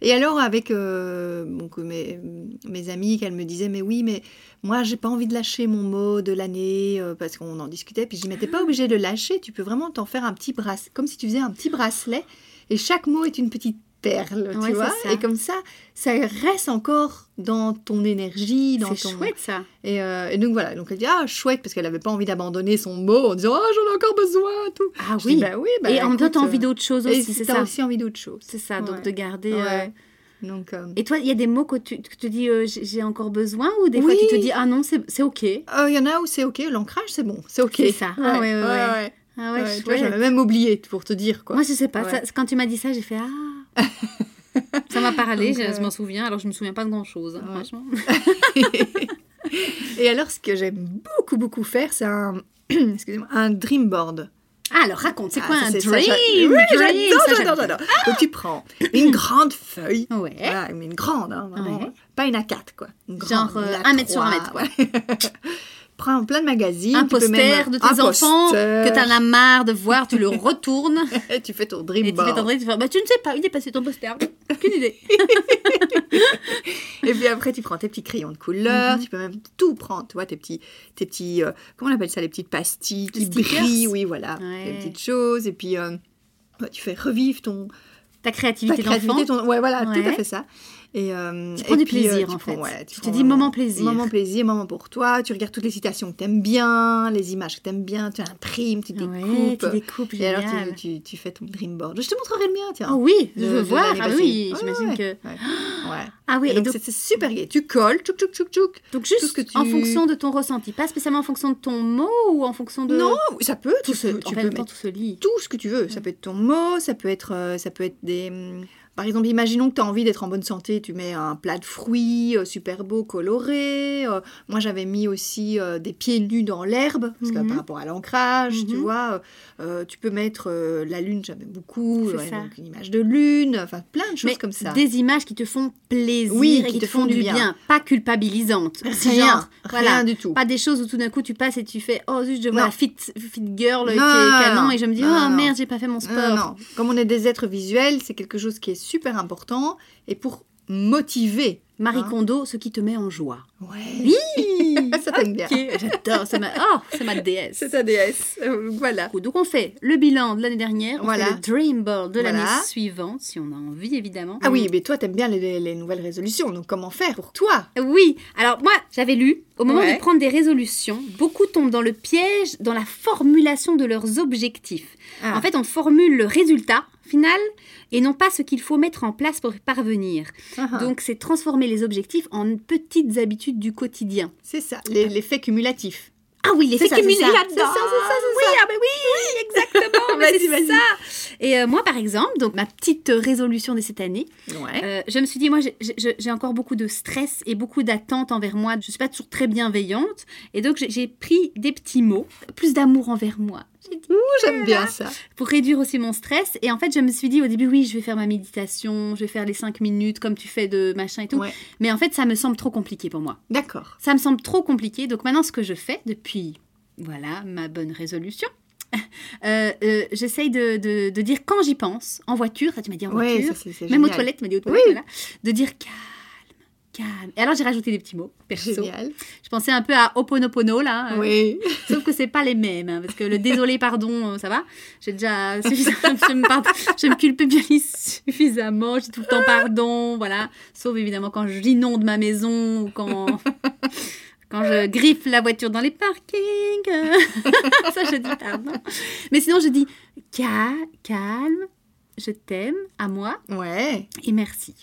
S1: Et alors avec euh, donc, mes, mes amis, qu'elles me disaient, mais oui, mais moi, j'ai pas envie de lâcher mon mot de l'année, euh, parce qu'on en discutait, puis je dis, mais t'es pas obligé de le lâcher, tu peux vraiment t'en faire un petit bracelet, comme si tu faisais un petit bracelet, et chaque mot est une petite perle,
S2: Ouais,
S1: tu
S2: c'est
S1: vois.
S2: ça.
S1: Et comme ça, ça reste encore dans ton énergie, dans
S2: C'est
S1: ton...
S2: chouette ça.
S1: Et, euh, et donc voilà, donc elle dit, ah, chouette, parce qu'elle avait pas envie d'abandonner son mot en disant, ah, j'en ai encore besoin, tout.
S2: Ah
S1: Je dis,
S2: oui.
S1: bah oui, bah,
S2: Et en même temps,
S1: écoute,
S2: t'as envie
S1: euh,
S2: d'autre chose
S1: et
S2: aussi, c'est
S1: t'as
S2: ça.
S1: aussi envie d'autre chose.
S2: C'est ça, donc
S1: Ouais.
S2: de garder. euh,
S1: Ouais. Donc, euh,
S2: Et toi, il y a des mots que tu, que tu dis euh, j'ai j'ai encore besoin ou des fois
S1: Oui.
S2: tu te dis ah non, c'est c'est ok.
S1: Euh, Il y en a où c'est OK, l'ancrage c'est bon, c'est OK.
S2: C'est ça. Ah ouais, ouais, ouais. Ah ouais,
S1: Ouais, tu
S2: chouette.
S1: vois, j'avais même oublié pour te dire quoi.
S2: Moi, je sais pas.
S1: Ouais.
S2: ça- quand tu m'as dit ça, j'ai fait ah. ça m'a parlé,
S1: Donc,
S2: je, je
S1: euh,
S2: m'en souviens. Alors, je me souviens pas de grand chose,
S1: Ouais.
S2: franchement.
S1: Et alors, ce que j'aime beaucoup, beaucoup faire, c'est un, excusez-moi, un dream board.
S2: Ah, alors raconte, c'est
S1: Ah,
S2: quoi
S1: ça,
S2: un
S1: c'est-
S2: dream
S1: ça, j'a- Oui,
S2: dream,
S1: j'adore,
S2: ça,
S1: j'adore,
S2: j'adore.
S1: j'adore. Donc, tu prends une grande feuille.
S2: Ouais.
S1: Voilà, mais une grande, hein, vraiment,
S2: Ouais.
S1: hein. Pas une A4, quoi. Une
S2: Genre,
S1: grande, une
S2: euh,
S1: A3,
S2: un mètre sur un mètre, quoi.
S1: voilà. Prends plein de magazines.
S2: Un
S1: tu peux
S2: poster
S1: même-
S2: de tes
S1: un
S2: enfants que
S1: poster.
S2: t'en as marre de voir, tu le retournes
S1: tu fais ton
S2: et
S1: dream
S2: tu fais
S1: board.
S2: ton dream, tu fais bah tu ne sais pas, il est passé ton poster. Aucune idée.
S1: Et puis après, tu prends tes petits crayons de couleur,
S2: Mhm.
S1: tu peux même tout prendre, tu vois, tes petits, tes petits euh, comment on appelle ça, les petites pastilles
S2: Les
S1: qui
S2: stickers.
S1: brillent, oui, voilà,
S2: Ouais.
S1: les petites choses. Et puis, euh, ouais, tu fais revivre ton,
S2: Ta
S1: ta
S2: créativité d'enfant.
S1: créativité, ton, ouais, voilà,
S2: Ouais.
S1: tout à fait ça. Et, euh,
S2: Tu
S1: et
S2: prends du
S1: puis, euh,
S2: plaisir
S1: tu
S2: en
S1: prends-
S2: fait.
S1: ouais,
S2: tu te
S1: prends
S2: dis moment plaisir.
S1: Moment plaisir, moment pour toi. Tu regardes toutes les citations que t'aimes bien, les images que t'aimes bien, tu imprimes, tu
S2: Ouais,
S1: découpes.
S2: tu découpes,
S1: et alors,
S2: génial.
S1: tu, tu, tu fais ton dream board. Je te montrerai le mien, tiens.
S2: Oh oui, je
S1: de-
S2: veux
S1: de
S2: voir.
S1: l'année
S2: Ah
S1: passée.
S2: oui,
S1: Ouais,
S2: j'imagine que.
S1: Ouais. ouais.
S2: Ah oui,
S1: Et
S2: et
S1: donc,
S2: donc,
S1: c'est c'est super gai. Tu colles, tchouk, tchouk, tchouk, tchouk.
S2: donc juste
S1: tout ce que tu-
S2: en fonction de ton ressenti, pas spécialement en fonction de ton mot ou en fonction de.
S1: Non, ça peut.
S2: tout
S1: Tu,
S2: se,
S1: peux,
S2: en
S1: tu
S2: fait,
S1: peux
S2: en temps,
S1: mettre
S2: tout se lit.
S1: tout ce que tu veux. Ça peut être ton mot, ça peut être, euh, ça peut être des. hum, Par exemple, imaginons que tu as envie d'être en bonne santé. Tu mets un plat de fruits euh, super beau, coloré. Euh, moi, j'avais mis aussi euh, des pieds nus dans l'herbe, parce que
S2: Mhm.
S1: par rapport à l'ancrage, tu
S2: Mhm.
S1: vois. euh, euh, tu peux mettre euh, la lune, j'aime beaucoup.
S2: C'est
S1: ouais,
S2: ça.
S1: donc une image de lune, enfin plein de choses
S2: Mais
S1: comme ça.
S2: Des images qui te font plaisir,
S1: Oui,
S2: et qui, te, font du bien. pas culpabilisantes.
S1: Rien,
S2: Genre,
S1: rien
S2: voilà.
S1: du tout.
S2: Pas des choses où tout d'un coup tu passes et tu fais oh juste je vois
S1: Non.
S2: la fit, fit girl qui
S1: Non,
S2: est
S1: non, non,
S2: canon
S1: non.
S2: et je me dis
S1: Non,
S2: oh
S1: non, non.
S2: merde j'ai pas fait mon sport.
S1: Non, non, non. Comme on est des êtres visuels, c'est quelque chose qui est super important et pour motiver.
S2: Marie
S1: Hein.
S2: Kondo, ce qui te met en joie.
S1: Ouais. Oui, ça t'aime bien.
S2: Ok, J'adore, c'est ma... oh, c'est ma déesse.
S1: C'est ta déesse. Euh, Voilà.
S2: Coup. Donc on fait le bilan de l'année dernière, on
S1: Voilà.
S2: fait le dream board de l'année
S1: Voilà.
S2: suivante, si on a envie évidemment.
S1: Ah oui, mais toi, t'aimes bien les, les nouvelles résolutions, donc comment faire pour toi
S2: Euh, Oui, alors moi j'avais lu, au moment
S1: Ouais.
S2: de prendre des résolutions, beaucoup tombent dans le piège, dans la formulation de leurs objectifs.
S1: Ah.
S2: En fait on formule le résultat final et non pas ce qu'il faut mettre en place pour y parvenir.
S1: Donc,
S2: Donc c'est transformer les objectifs en petites habitudes du quotidien.
S1: c'est ça, les, les faits cumulatifs.
S2: Ah oui, les
S1: C'est
S2: faits
S1: ça,
S2: qui
S1: c'est ça.
S2: j'adore.
S1: C'est ça, c'est ça, c'est
S2: Oui, ah ben oui, oui, exactement, mais
S1: Vas-y,
S2: c'est
S1: vas-y.
S2: ça. Et euh, moi par exemple, donc ma petite euh, résolution de cette année,
S1: Ouais.
S2: Euh, je me suis dit, moi, j'ai- j'ai j'ai encore beaucoup de stress et beaucoup d'attentes envers moi. Je suis pas toujours très bienveillante. Et donc, j'ai- j'ai pris des petits mots, plus d'amour envers moi,
S1: Moi, j'aime bien ça.
S2: pour réduire aussi mon stress. Et en fait, je me suis dit au début, oui, je vais faire ma méditation, je vais faire les 5 minutes comme tu fais de machin et tout.
S1: Ouais.
S2: Mais en fait, ça me semble trop compliqué pour moi.
S1: D'accord.
S2: Ça me semble trop compliqué. Donc maintenant, ce que je fais depuis, voilà, ma bonne résolution. euh, euh, J'essaye de, de- de dire quand j'y pense, en voiture, ça, tu m'as dit en
S1: Ouais,
S2: voiture,
S1: ça, c'est c'est
S2: même aux
S1: génial.
S2: toilettes, tu m'as dit aux toilettes,
S1: Oui.
S2: voilà, de dire calme, calme. Et alors j'ai rajouté des petits mots perso.
S1: Génial.
S2: Je pensais un peu à Ho Oponopono là, euh,
S1: Oui.
S2: sauf que c'est pas les mêmes hein, parce que le désolé pardon, euh, ça va. J'ai déjà suffisamment, je me, pardon- je me culpabilise suffisamment, j'ai tout le temps pardon, voilà. Sauf évidemment quand j'inonde ma maison ou quand quand je griffe la voiture dans les parkings. euh, ça je dis pardon. Mais sinon je dis calme, calme, je t'aime à moi
S1: Ouais.
S2: et merci.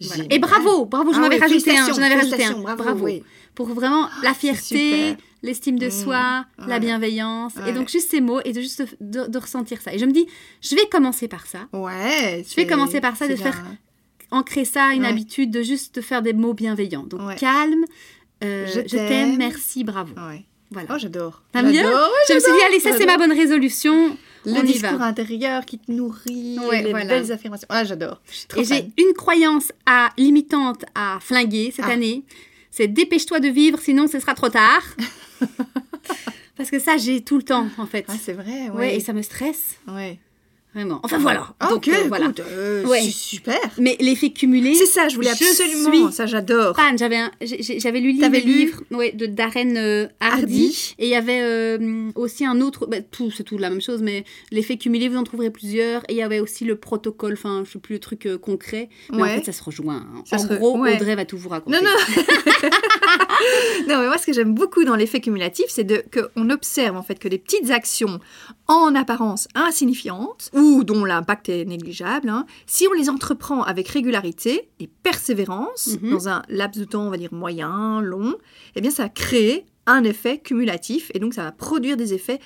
S2: Voilà.
S1: Génial.
S2: Et bravo, bravo, j'en
S1: Ah
S2: avais
S1: ouais,
S2: rajouté un, j'en avais
S1: félicitations,
S2: rajouté un.
S1: félicitations, Bravo. oui.
S2: Pour vraiment la fierté,
S1: Ah, super.
S2: l'estime de
S1: Mm.
S2: soi, la
S1: Ouais.
S2: bienveillance, et
S1: Ouais.
S2: donc juste ces mots et de juste de, de ressentir ça. Et je me dis, je vais commencer par ça,
S1: Ouais.
S2: Je vais
S1: c'est-
S2: commencer par ça,
S1: c'est
S2: de faire
S1: bien.
S2: ancrer ça à une
S1: Ouais.
S2: habitude de juste faire des mots bienveillants. Donc
S1: Ouais.
S2: calme, euh, je
S1: Je
S2: t'aime,
S1: t'aime.
S2: merci, bravo.
S1: Ouais.
S2: Voilà.
S1: Oh, j'adore.
S2: T'aimes bien
S1: J'adore,
S2: je me suis dit, allez, ça c'est ma
S1: j'adore.
S2: bonne résolution.
S1: Le
S2: On y
S1: discours
S2: va.
S1: intérieur qui te nourrit,
S2: Ouais,
S1: les
S2: voilà.
S1: belles affirmations. Ah, j'adore. Je suis trop
S2: Et
S1: fan.
S2: j'ai une croyance à limitante à flinguer cette
S1: Ah.
S2: année. C'est dépêche-toi de vivre, sinon ce sera trop tard. Parce que ça, j'ai tout le temps, en fait.
S1: Ah, c'est vrai,
S2: ouais.
S1: ouais.
S2: et ça me stresse,
S1: ouais.
S2: vraiment. Enfin, voilà.
S1: Ah,
S2: Donc,
S1: ok,
S2: euh, voilà.
S1: écoute, euh,
S2: Ouais.
S1: c'est super.
S2: Mais l'effet cumulé.
S1: C'est ça, je voulais
S2: Je
S1: absolument.
S2: suis
S1: Ça, j'adore.
S2: Fan, j'avais un- j'ai- j'ai- j'avais lu le
S1: T'avais lu
S2: livre ouais, de Darren euh, Hardy,
S1: Hardy.
S2: et il y avait euh, aussi un autre, bah, tout c'est tout la même chose, mais l'effet cumulé vous en trouverez plusieurs et il y avait aussi le protocole, enfin je sais plus le truc euh, concret, mais
S1: Ouais.
S2: en fait ça se rejoint. hein.
S1: Ça
S2: en
S1: se re-
S2: gros
S1: ouais.
S2: Audrey va tout vous raconter.
S1: Non, non. non, mais moi, ce que j'aime beaucoup dans l'effet cumulatif, c'est de- qu'on observe en fait que des petites actions en apparence insignifiantes ou dont l'impact est négligeable, hein, si on les entreprend avec régularité et persévérance
S2: Mhm.
S1: dans un laps de temps, on va dire moyen, long, eh bien, ça va créer un effet cumulatif et donc ça va produire des effets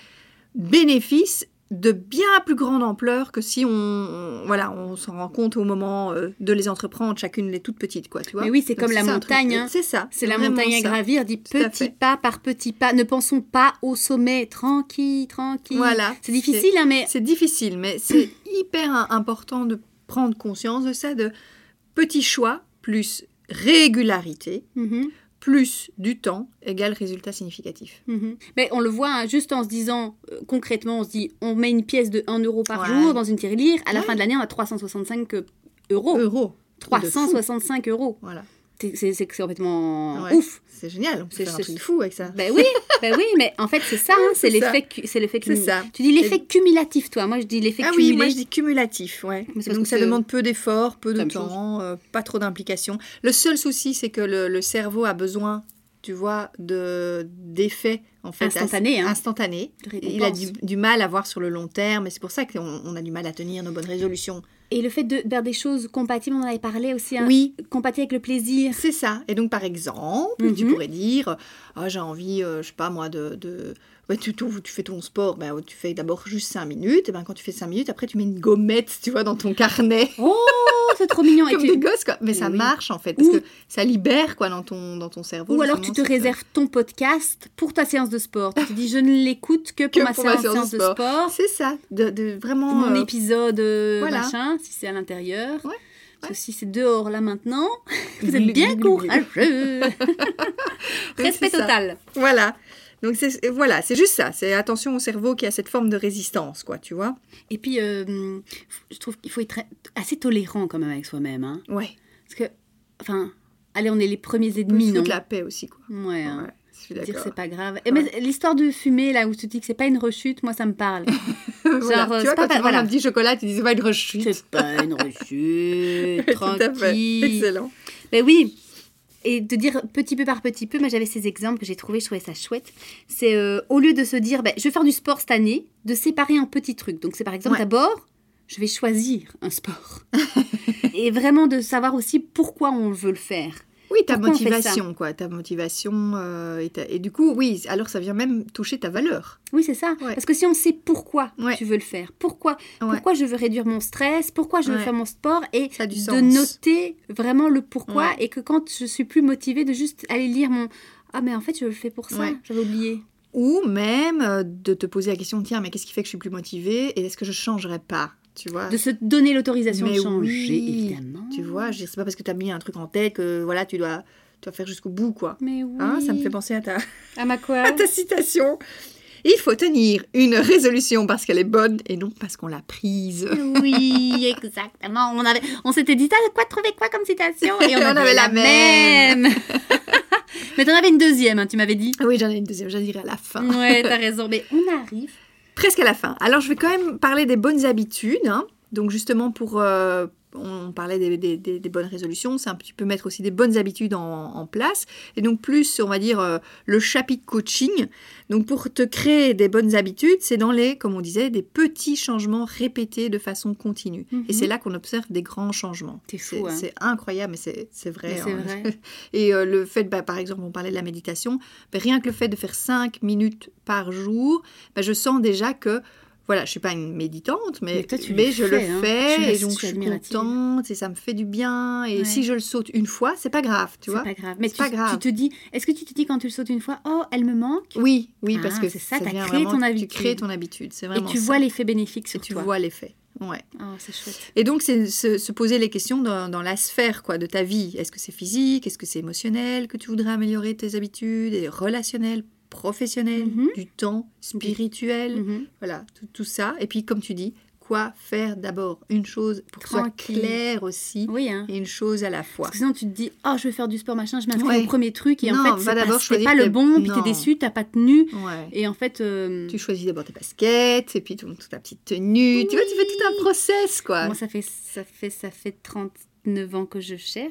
S1: bénéfices de bien plus grande ampleur que si on, on- voilà on s'en rend compte au moment euh, de les entreprendre chacune les toutes petites quoi tu vois
S2: Mais oui, c'est
S1: donc
S2: comme la
S1: ça, un truc. euh,
S2: montagne, hein.
S1: C'est ça.
S2: C'est la
S1: vraiment
S2: montagne à
S1: ça.
S2: gravir, dit
S1: Tout à
S2: petit
S1: fait.
S2: pas par petit pas. Ne pensons pas au sommet, tranquille, tranquille.
S1: Voilà.
S2: C'est difficile, hein, mais
S1: C'est difficile, mais c'est hyper im- important de prendre conscience de ça, de petits choix plus régularité
S2: Mhm,
S1: plus du temps égale résultat significatif.
S2: mhm. mais on le voit hein, juste en se disant euh, concrètement, on se dit on met une pièce de 1 euro par
S1: Ouais.
S2: jour dans une tirelire, à la
S1: Ouais.
S2: fin de l'année on a 365 euh, euros.
S1: Euro.
S2: 365 euros.
S1: Voilà.
S2: C'est- C'est c'est complètement
S1: Ouais.
S2: ouf.
S1: C'est génial. On peut
S2: C'est-
S1: faire un
S2: c'est-
S1: truc fou avec ça.
S2: Ben oui, ben oui, mais en fait c'est ça, hein, c'est
S1: c'est ça.
S2: l'effet, cu- c'est l'effet
S1: C'est
S2: cumulatif.
S1: ça.
S2: Tu dis l'effet cumulatif, toi. Moi je dis l'effet
S1: Ah
S2: cumulé.
S1: oui, moi je dis cumulatif, ouais.
S2: Mais c'est parce
S1: Donc
S2: que
S1: ça
S2: c'est-
S1: demande peu d'efforts, peu de
S2: Même chose.
S1: temps, euh, pas trop d'implication. Le seul souci, c'est que le, le cerveau a besoin, tu vois, de d'effets en fait
S2: Instantané,
S1: as-
S2: hein.
S1: instantanés.
S2: de
S1: Il a
S2: récompense.
S1: du, du mal à voir sur le long terme, et c'est pour ça qu'on on a du mal à tenir nos bonnes résolutions.
S2: Et le fait de faire des choses compatibles, on en avait parlé aussi, hein,
S1: Oui,
S2: compatibles avec le plaisir.
S1: c'est ça. Et donc, par exemple, tu
S2: Mhm.
S1: pourrais dire Ah, J'ai envie, euh, je sais pas moi, de. de- ouais, tu, tu- tu fais ton sport, ben, tu fais d'abord juste 5 minutes, et ben, quand tu fais 5 minutes, après tu mets une gommette, tu vois, dans ton carnet,
S2: Oh, c'est trop mignon. Et
S1: comme
S2: tu-
S1: des gosses, quoi. Mais
S2: Mais
S1: ça
S2: oui.
S1: marche, en fait, parce
S2: Ou-
S1: que ça libère, quoi, dans ton, dans ton cerveau.
S2: Ou alors tu
S1: justement,
S2: te
S1: cette-
S2: réserves ton podcast pour ta séance de sport. Tu te dis je ne l'écoute que pour,
S1: Que
S2: ma,
S1: pour ma
S2: séance,
S1: séance de
S2: de sport.
S1: C'est ça, de, de vraiment.
S2: Mon
S1: euh,
S2: épisode euh,
S1: voilà.
S2: machin, si c'est à l'intérieur.
S1: Ouais,
S2: Parce que si c'est dehors là maintenant, vous êtes bien courageux.
S1: Oui,
S2: Respect
S1: c'est ça.
S2: total.
S1: Voilà. Donc c'est voilà, c'est juste ça. C'est attention au cerveau qui a cette forme de résistance, quoi. Tu vois
S2: Et puis, euh, je trouve qu'il faut être assez tolérant quand même avec soi-même. hein.
S1: Ouais.
S2: Parce que, enfin, allez, on est les premiers
S1: On peut se
S2: ennemis, non
S1: foutre la paix aussi, quoi.
S2: Ouais, hein.
S1: Ouais, je suis
S2: dire que
S1: d'accord.
S2: c'est pas grave. Et mais l'histoire de fumer, là, où tu dis que c'est pas une rechute, moi, ça me parle.
S1: Voilà.
S2: genre, euh,
S1: tu vois,
S2: c'est pas
S1: quand
S2: pas-
S1: tu manges
S2: voilà.
S1: un petit chocolat, tu dis c'est pas une rechute.
S2: c'est pas une rechute,
S1: Tout à fait.
S2: tranquille.
S1: Excellent.
S2: Mais oui et de dire petit peu par petit peu, moi j'avais ces exemples que j'ai trouvés, je trouvais ça chouette. C'est euh, au lieu de se dire, ben, je vais faire du sport cette année, de séparer un petit truc. Donc c'est par exemple,
S1: Ouais.
S2: d'abord, je vais choisir un sport. et vraiment de savoir aussi pourquoi on veut le faire.
S1: Oui, ta
S2: Pourquoi on fait ça
S1: motivation, quoi. Ta motivation. euh, et, ta- et du coup, oui, alors ça vient même toucher ta valeur.
S2: Oui, c'est ça.
S1: Ouais.
S2: Parce que si on sait pourquoi
S1: Ouais.
S2: tu veux le faire, pourquoi,
S1: Ouais.
S2: pourquoi je veux réduire mon stress, pourquoi je veux
S1: Ouais.
S2: faire mon sport, et
S1: Ça a du
S2: de
S1: sens.
S2: noter vraiment le pourquoi,
S1: Ouais.
S2: et que quand je suis plus motivée, de juste aller lire mon Ah, mais en fait, je le fais pour ça,
S1: Ouais.
S2: j'avais oublié.
S1: Ou même euh, de te poser la question tiens, mais qu'est-ce qui fait que je suis plus motivée et est-ce que je changerais pas Tu vois
S2: De se donner l'autorisation de
S1: Ah, Mais
S2: changer,
S1: oui.
S2: évidemment.
S1: Tu vois, je veux dire, c'est pas parce que tu as mis un truc en tête que voilà, tu dois, tu dois faire jusqu'au bout, quoi.
S2: Mais oui.
S1: Hein, ça me fait penser à ta,
S2: À ma quoi
S1: à ta citation. Il faut tenir une résolution parce qu'elle est bonne et non parce qu'on l'a prise.
S2: Oui, exactement. On, avait, on s'était dit, t'as quoi trouver quoi comme citation Et on,
S1: On avait la
S2: même. mais t'en avais une deuxième, hein, tu m'avais dit.
S1: Ah Oui, j'en ai une deuxième, j'en dirai à la fin.
S2: Ouais, t'as raison, mais on arrive.
S1: Presque à la fin. Alors, je vais quand même parler des bonnes habitudes. hein. Donc, justement, pour. euh, on parlait des, des- des- des bonnes résolutions, c'est un petit peu mettre aussi des bonnes habitudes en, en place. Et donc, plus, on va dire, euh, le chapitre coaching. Donc, pour te créer des bonnes habitudes, c'est dans les, comme on disait, des petits changements répétés de façon continue.
S2: Mhm.
S1: Et c'est là qu'on observe des grands changements.
S2: T'es
S1: C'est
S2: fou, hein.
S1: c'est incroyable, mais c'est c'est vrai.
S2: Mais c'est
S1: hein.
S2: vrai.
S1: Et euh, le fait, bah, par exemple, on parlait de la méditation, bah, rien que le fait de faire 5 minutes par jour, bah, je sens déjà que, voilà, je suis pas une méditante, mais,
S2: Mais toi, tu le
S1: je
S2: fais,
S1: le
S2: hein.
S1: fais,
S2: Je
S1: et
S2: reste-
S1: donc
S2: je
S1: je
S2: suis
S1: suis
S2: admirative.
S1: contente, et ça me fait du bien, et
S2: Ouais.
S1: si je le saute une fois, c'est pas grave, tu
S2: C'est
S1: vois
S2: pas grave. Mais
S1: C'est
S2: tu,
S1: pas grave.
S2: tu te dis, est-ce que tu te dis quand tu le sautes une fois, oh, elle me manque
S1: Oui, oui,
S2: Ah,
S1: parce que
S2: c'est ça, t'as
S1: devient
S2: créé
S1: vraiment-
S2: ton
S1: Tu
S2: habitude.
S1: crées ton habitude, c'est
S2: Et
S1: vraiment
S2: tu
S1: ça.
S2: vois l'effet bénéfique
S1: et
S2: sur
S1: tu
S2: toi.
S1: vois l'effet. Ouais.
S2: Oh, c'est chouette.
S1: Et donc, c'est se, se poser les questions dans, dans la sphère quoi, de ta vie. Est-ce que c'est physique Est-ce que c'est émotionnel que tu voudrais améliorer tes habitudes et relationnel professionnel,
S2: Mhm.
S1: du temps spirituel,
S2: Mhm.
S1: voilà, tout, tout ça. Et puis, comme tu dis, quoi faire d'abord Une chose pour que ce soit
S2: Tranquille.
S1: clair aussi,
S2: Oui, hein.
S1: et une chose à la fois.
S2: Parce que sinon, tu te dis, oh, je vais faire du sport, machin, je m'inscris
S1: Ouais.
S2: au premier truc, et
S1: Non,
S2: en fait,
S1: va
S2: c'est pas,
S1: d'abord
S2: c'est
S1: choisir
S2: pas le
S1: tes-
S2: bon, puis
S1: Non.
S2: t'es déçu, t'as pas tenu.
S1: Ouais.
S2: Et en fait, euh,
S1: Tu choisis d'abord tes baskets, et puis ton- toute ta petite tenue. Tu vois, tu fais tout un process, quoi.
S2: moi, ça fait, ça, fait, ça fait 39 ans que je cherche.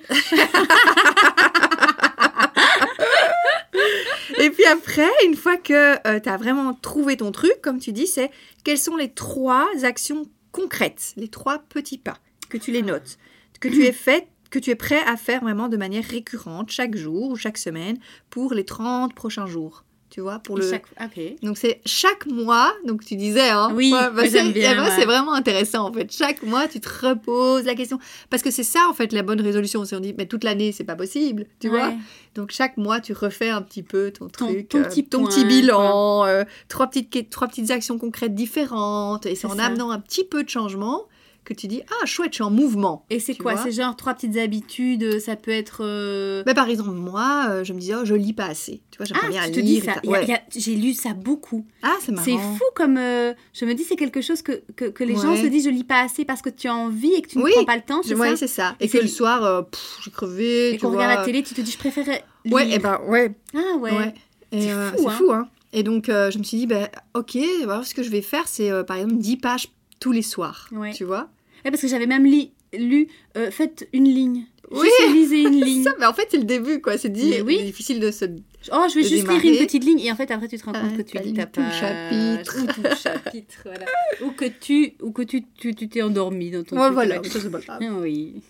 S1: Et puis après, une fois que tu as vraiment trouvé ton truc, comme tu dis, c'est quelles sont les trois actions concrètes, les trois petits pas que tu
S2: Ah.
S1: les notes, que tu es fait, que tu es prêt à faire vraiment de manière récurrente chaque jour ou chaque semaine pour les 30 prochains jours. Tu vois, pour
S2: Et
S1: le
S2: chaque- Ok.
S1: donc c'est chaque mois, donc tu disais, hein,
S2: Oui, mais
S1: c'est-
S2: j'aime bien,
S1: eh ben,
S2: ouais.
S1: c'est vraiment intéressant en fait. Chaque mois, tu te reposes la question, parce que c'est ça en fait la bonne résolution. Si on dit, mais toute l'année, c'est pas possible, tu vois.
S2: Ouais.
S1: Donc chaque mois, tu refais un petit peu ton,
S2: Ton-
S1: truc, euh,
S2: ton petit
S1: ton
S2: point,
S1: petit bilan, euh, trois, petites, que- trois petites actions concrètes différentes. Et c'est
S2: C'est
S1: en
S2: ça.
S1: amenant un petit peu de changement que tu dis Ah, chouette, je suis en mouvement.
S2: Et c'est
S1: Tu
S2: quoi
S1: vois
S2: C'est genre trois petites habitudes, ça peut être. euh,
S1: Mais Bah, par exemple, moi, euh, je me disais Oh, je lis pas assez. Tu vois, j'aimerais bien
S2: Ah, tu te
S1: lire.
S2: dis
S1: et
S2: ça.
S1: ça.
S2: Il y a-
S1: Ouais.
S2: il y a- J'ai lu ça beaucoup.
S1: Ah, c'est marrant.
S2: C'est fou comme. euh, je me dis, c'est quelque chose que, que, que les gens
S1: Ouais.
S2: se disent je lis pas assez parce que tu as envie et que tu ne
S1: Oui,
S2: prends pas le temps,
S1: Je-
S2: c'est
S1: ouais,
S2: ça
S1: c'est ça. Et
S2: Et
S1: que
S2: c'est-
S1: le soir, euh, pff, j'ai crevé.
S2: Et
S1: tu
S2: qu'on regarde
S1: vois. euh,
S2: la télé, tu te dis je préfère. Lire.
S1: Ouais, et ben, ouais,
S2: Ah ouais.
S1: Ouais. Et,
S2: C'est
S1: euh,
S2: fou,
S1: C'est
S2: hein.
S1: fou, hein. Et donc, euh, je me suis dit, ben, ok, alors, ce que je vais faire, c'est euh, par exemple 10 pages tous les soirs.
S2: Ouais.
S1: Tu vois
S2: Ouais, parce que j'avais même li- lu euh, Faites une ligne.
S1: Oui.
S2: Juste lisez une ligne.
S1: Ça, mais en fait, c'est le début, quoi. C'est dit,
S2: Mais oui.
S1: c'est difficile de se.
S2: Oh, je vais
S1: de
S2: juste lire
S1: démarrer.
S2: une petite ligne et en fait après tu te rends compte
S1: Ouais,
S2: que tu
S1: t'as
S2: lis
S1: lu
S2: ta
S1: tout le
S2: page,
S1: chapitre.
S2: ou tout le chapitre, voilà. ou que tu ou que tu tu tu t'es endormi dans ton
S1: Ouais,
S2: truc,
S1: voilà.
S2: ouais.
S1: Ça, c'est pas grave.
S2: Ah Oui.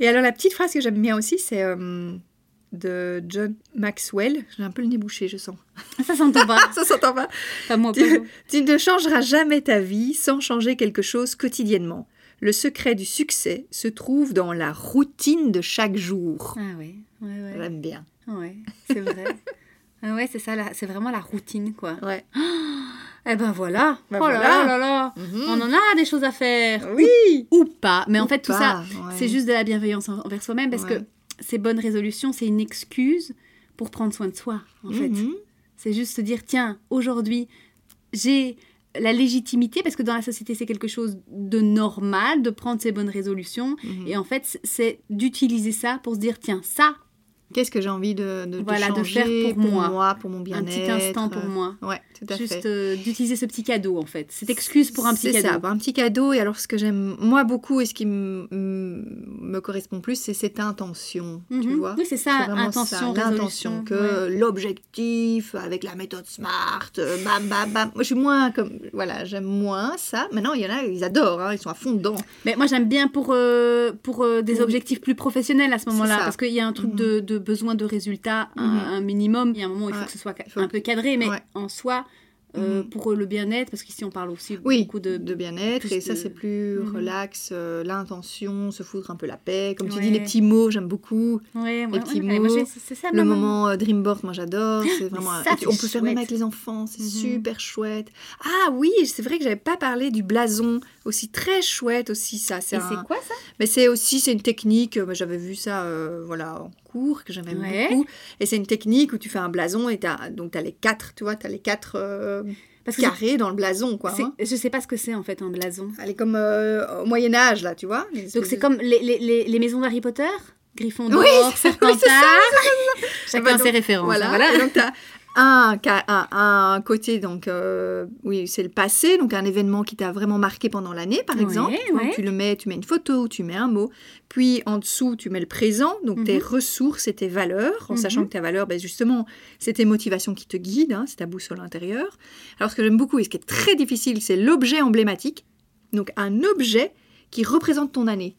S1: Et alors, la petite phrase que j'aime bien aussi, c'est euh, de John Maxwell. J'ai un peu le nez bouché, je sens.
S2: Ah, Ça s'entend pas.
S1: Ça s'entend pas.
S2: Pas moi. pas moi.
S1: Tu- Tu ne changeras jamais ta vie sans changer quelque chose quotidiennement. Le secret du succès se trouve dans la routine de chaque jour.
S2: Ah ouais. Ouais ouais.
S1: J'aime bien.
S2: Ouais, c'est vrai. ah ouais, c'est ça, la- c'est vraiment la routine, quoi.
S1: Ouais.
S2: Eh ben voilà.
S1: Ben
S2: oh là
S1: voilà. Mm.
S2: là là là. On en a des choses à faire.
S1: Mm-hmm. Oui.
S2: Ou pas. Mais en fait, tout ça,
S1: ça,
S2: c'est juste de la bienveillance en- envers soi-même parce
S1: Ouais.
S2: que ces bonnes résolutions, c'est une excuse pour prendre soin de soi, en fait.
S1: Mhm. Mm-hmm.
S2: C'est juste se dire, tiens, aujourd'hui, j'ai la légitimité, parce que dans la société, c'est quelque chose de normal de prendre ces bonnes
S1: Mhm.
S2: résolutions.
S1: Mm-hmm.
S2: Et en fait, c'est d'utiliser ça pour se dire, tiens, ça,
S1: Qu'est-ce que j'ai envie de, de, de
S2: Voilà, de faire
S1: changer
S2: pour moi.
S1: pour mon
S2: un
S1: bien-être.
S2: petit instant pour
S1: euh,
S2: moi.
S1: Ouais, tout à fait.
S2: Juste euh, d'utiliser ce petit cadeau en fait, cette excuse pour un petit
S1: C'est
S2: cadeau.
S1: ça, pour un petit cadeau. Et alors, ce que j'aime moi beaucoup et ce qui m- m- me correspond plus, c'est cette intention, tu
S2: Mhm.
S1: vois.
S2: oui, c'est ça,
S1: C'est vraiment
S2: intention,
S1: ça,
S2: résolution.
S1: l'intention que l'objectif avec la méthode smart, euh, bam, bam, bam. Moi, je suis moins comme. Voilà, j'aime moins ça. Maintenant, il y en a, ils adorent, hein, ils sont à fond dedans.
S2: Mais moi j'aime bien pour, euh, pour euh, des
S1: Pour-
S2: objectifs plus professionnels à ce
S1: C'est
S2: moment-là,
S1: ça.
S2: parce qu'il y a un truc de, de besoin de résultat, un,
S1: Mhm.
S2: un minimum. Il y a un moment où il faut
S1: Ouais.
S2: que ce soit ca-
S1: Il faut
S2: un peu cadré, mais
S1: Ouais.
S2: en soi, euh,
S1: Mhm.
S2: pour le bien-être, parce qu'ici on parle aussi
S1: Oui,
S2: beaucoup de.
S1: de bien-être.
S2: plus
S1: Et ça,
S2: de-
S1: c'est plus
S2: Mhm.
S1: relax, euh, l'intention, se foutre un peu la paix. Comme tu
S2: Ouais.
S1: dis, les petits mots, j'aime beaucoup.
S2: Ouais, ouais,
S1: Les petits
S2: ouais, moi,
S1: mots,
S2: j'ai- c'est ça,
S1: Le
S2: ma Ah, maman.
S1: moment euh, Dreamboard, moi j'adore, c'est vraiment.
S2: ça,
S1: un- et tu-
S2: c'est
S1: on peut faire même
S2: chouette.
S1: avec les enfants, c'est
S2: Mhm.
S1: super chouette. Ah oui, c'est vrai que j'avais pas parlé du blason, aussi très chouette aussi ça.
S2: Et
S1: C'est
S2: c'est
S1: un-
S2: quoi ça
S1: mais c'est aussi c'est une technique. euh, J'avais vu ça euh, voilà en cours que j'aimais
S2: Ouais.
S1: beaucoup. Et c'est une technique où tu fais un blason et t'as donc t'as les quatre, tu vois, t'as les quatre euh,
S2: Parce que
S1: carrés dans le blason quoi.
S2: c'est-
S1: hein.
S2: je sais pas ce que c'est en fait un blason.
S1: Elle est comme euh, au Moyen Âge là, tu vois. les
S2: Donc
S1: espèces
S2: c'est
S1: de-
S2: comme les, les, les, les maisons d'Harry Potter Griffon
S1: Oui,
S2: d'or,
S1: c'est ça, oui, c'est ça,
S2: Chacun
S1: Bah, donc,
S2: ses références.
S1: Voilà.
S2: hein,
S1: Et donc, tu as un, ca- un, un côté, donc, euh, oui, c'est le passé, donc un événement qui t'a vraiment marqué pendant l'année, par
S2: Ouais,
S1: exemple. Tu vois,
S2: ouais.
S1: Tu le mets, tu mets une photo, ou tu mets un mot. Puis, en dessous, tu mets le présent, donc tes ressources et tes valeurs, en
S2: Mhm.
S1: sachant que ta valeur, ben, justement, c'est tes motivations qui te guident, hein, c'est ta boussole intérieure. Alors, ce que j'aime beaucoup et ce qui est très difficile, c'est l'objet emblématique. Donc, un objet qui représente ton année,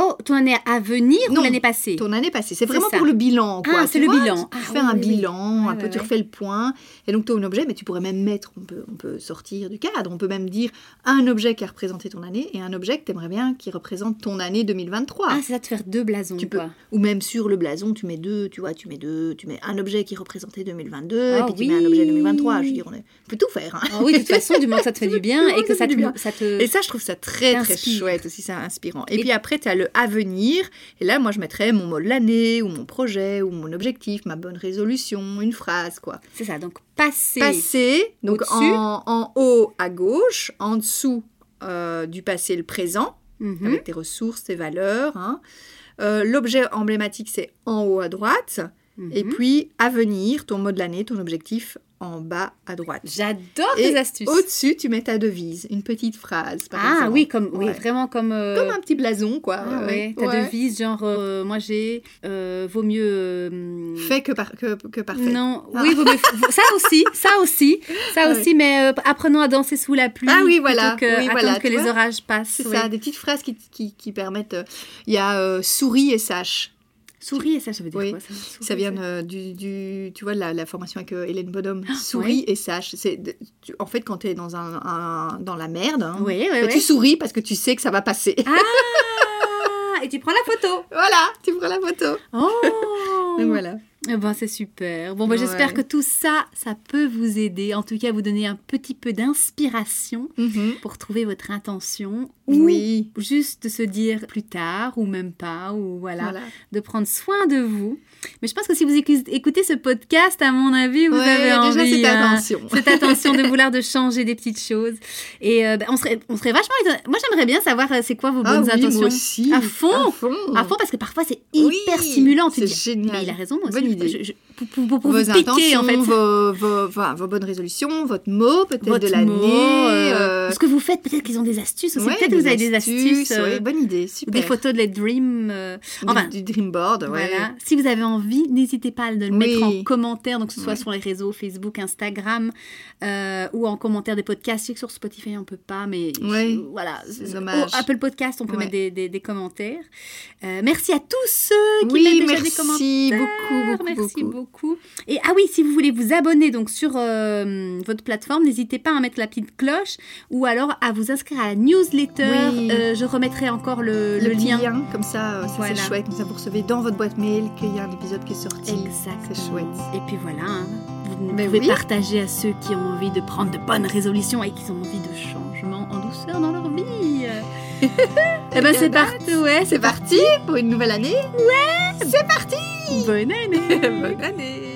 S2: Oh, ton année à venir
S1: Non.
S2: ou l'année passée
S1: ton année passée. C'est
S2: C'est
S1: vraiment
S2: ça.
S1: pour le bilan. Quoi,
S2: Ah,
S1: tu
S2: c'est le
S1: vois,
S2: bilan.
S1: tu
S2: Ah,
S1: fais
S2: oui,
S1: un
S2: oui, oui.
S1: bilan,
S2: Ouais,
S1: un peu,
S2: ouais,
S1: tu
S2: ouais.
S1: refais le point. Et donc, tu as un objet, mais tu pourrais même mettre, on peut, on peut sortir du cadre, on peut même dire un objet qui a représenté ton année et un objet que tu aimerais bien qui représente ton année 2023.
S2: Ah, c'est ça de faire deux blasons.
S1: Tu
S2: quoi.
S1: Ou même sur le blason, tu mets deux, tu vois, tu mets deux, tu mets un objet qui représentait 2022 et
S2: Ah
S1: puis tu mets un
S2: oui.
S1: objet 2023. Je veux dire, on, est- on peut tout faire. hein.
S2: Ah oui, de toute façon, du moment que ça te fait du bien
S1: Du moment
S2: et
S1: que
S2: que
S1: ça
S2: ça
S1: fait
S2: te,
S1: du bien.
S2: ça te.
S1: Et ça, je trouve ça très, très
S2: Euh, T'inspire.
S1: chouette aussi, c'est inspirant. Et,
S2: Et-
S1: puis après, tu as le à venir. Et là, moi, je mettrais mon mot de l'année, ou mon projet, ou mon objectif, ma bonne résolution, une phrase, quoi.
S2: C'est ça, donc passer.
S1: Passé, donc
S2: Au-dessus.
S1: en, en haut à gauche, en dessous euh, du passé, le présent,
S2: Mhm.
S1: avec tes ressources, tes valeurs. hein. Euh, L'objet emblématique, c'est en haut à droite. Ah Et
S2: Mhm.
S1: puis, à venir, ton mot de l'année, ton objectif, en bas à droite.
S2: J'adore
S1: Et
S2: tes astuces.
S1: Au-dessus, tu mets ta devise, une petite phrase, par
S2: ah
S1: exemple.
S2: oui, comme, oui,
S1: Ouais.
S2: vraiment comme. euh,
S1: Comme un petit blason, quoi.
S2: Ah ouais,
S1: ouais.
S2: ta
S1: Ouais.
S2: devise, genre, euh, moi j'ai. euh, vaut mieux. euh,
S1: Fait que, par- que, que parfait.
S2: Non,
S1: Ah.
S2: oui, vaut mieux- vaut- ça aussi, ça aussi, ça
S1: Ouais.
S2: aussi, mais euh, apprenons à danser sous la pluie.
S1: Ah
S2: plutôt
S1: oui, voilà,
S2: Que
S1: oui,
S2: attendre
S1: voilà,
S2: que
S1: tu
S2: les
S1: vois.
S2: orages passent.
S1: C'est
S2: oui.
S1: ça, des petites phrases qui, qui, qui permettent. euh, Il y a euh, souris et sache.
S2: Souris, et ça, ça veut dire
S1: Oui,
S2: quoi ça, souris,
S1: Ça vient
S2: ça- Ah,
S1: euh, du, du- tu vois, de la, la formation avec euh, Hélène Bonhomme. souris et sache. C'est de- tu- en fait quand tu es dans un, un- dans la merde, hein,
S2: Oui, oui,
S1: bah,
S2: oui.
S1: tu souris parce que tu sais que ça va passer.
S2: Ah, et tu prends la photo.
S1: voilà, tu prends la photo.
S2: Oh
S1: Donc voilà.
S2: Eh ben, c'est super. Bon, ben, j'espère
S1: Ouais.
S2: que tout ça, ça peut vous aider. En tout cas, vous donner un petit peu d'inspiration
S1: Mhm.
S2: pour trouver votre intention. Ou
S1: Oui.
S2: juste de se dire plus tard ou même pas, ou voilà,
S1: Voilà.
S2: de prendre soin de vous. Mais je pense que si vous écou- écoutez ce podcast, à mon avis, vous
S1: Ouais,
S2: avez
S1: déjà
S2: envie,
S1: cette
S2: hein,
S1: attention.
S2: cette attention de vouloir de changer des petites choses. Et euh, ben, on, serait, on serait vachement étonnés. Moi, j'aimerais bien savoir euh, c'est quoi vos
S1: Ah
S2: bonnes
S1: oui,
S2: intentions.
S1: moi aussi.
S2: À fond.
S1: À fond.
S2: À fond, parce que parfois c'est
S1: Oui,
S2: hyper stimulant. Tu te
S1: C'est
S2: dis,
S1: génial.
S2: mais il a raison, moi aussi.
S1: Bonne
S2: je-
S1: idée.
S2: je- je- pour, pour- pour- pour
S1: vos
S2: vous piquer,
S1: intentions,
S2: en fait.
S1: vos, vos, enfin, vos bonnes résolutions, votre mot peut-être
S2: Votre
S1: de l'année.
S2: mot, euh,
S1: euh,
S2: Ce que vous faites, peut-être qu'ils ont des astuces aussi.
S1: ouais,
S2: peut-être que vous avez des astuces. euh,
S1: ouais, bonne idée,
S2: ou
S1: super.
S2: des photos de les dreams. euh,
S1: Du-
S2: enfin,
S1: du, dream board, ouais.
S2: Voilà. Si vous avez envie, n'hésitez pas à le mettre en
S1: Oui.
S2: commentaire, donc que ce soit
S1: Ouais.
S2: sur les réseaux Facebook, Instagram, euh, ou en commentaire des podcasts. Je sais que sur Spotify on peut pas, mais
S1: Ouais.
S2: je- voilà.
S1: C'est dommage.
S2: Au Apple Podcast, on peut
S1: Ouais.
S2: mettre des, des- des commentaires. Euh, merci à tous ceux qui mettent
S1: Oui,
S2: déjà des commentaires.
S1: merci beaucoup, beaucoup,
S2: merci
S1: beaucoup.
S2: Et ah oui, si vous voulez vous abonner donc sur euh, votre plateforme, n'hésitez pas à mettre la petite cloche ou alors à vous inscrire à la newsletter.
S1: Oui.
S2: Euh, je remettrai encore le, le
S1: petit
S2: lien.
S1: comme ça, euh, ça
S2: Voilà.
S1: c'est chouette. Comme ça, vous recevez dans votre boîte mail qu'il y a un épisode qui est sorti.
S2: Exactement.
S1: C'est chouette.
S2: Et puis voilà, hein, vous
S1: Mais
S2: pouvez
S1: oui.
S2: partager à ceux qui ont envie de prendre de bonnes résolutions et qui ont envie de changement en douceur dans leur vie. Eh ben
S1: bien,
S2: c'est
S1: bah,
S2: parti, ouais, c'est
S1: C'est parti pour une nouvelle année.
S2: parti. Bonne année.
S1: Bonne année.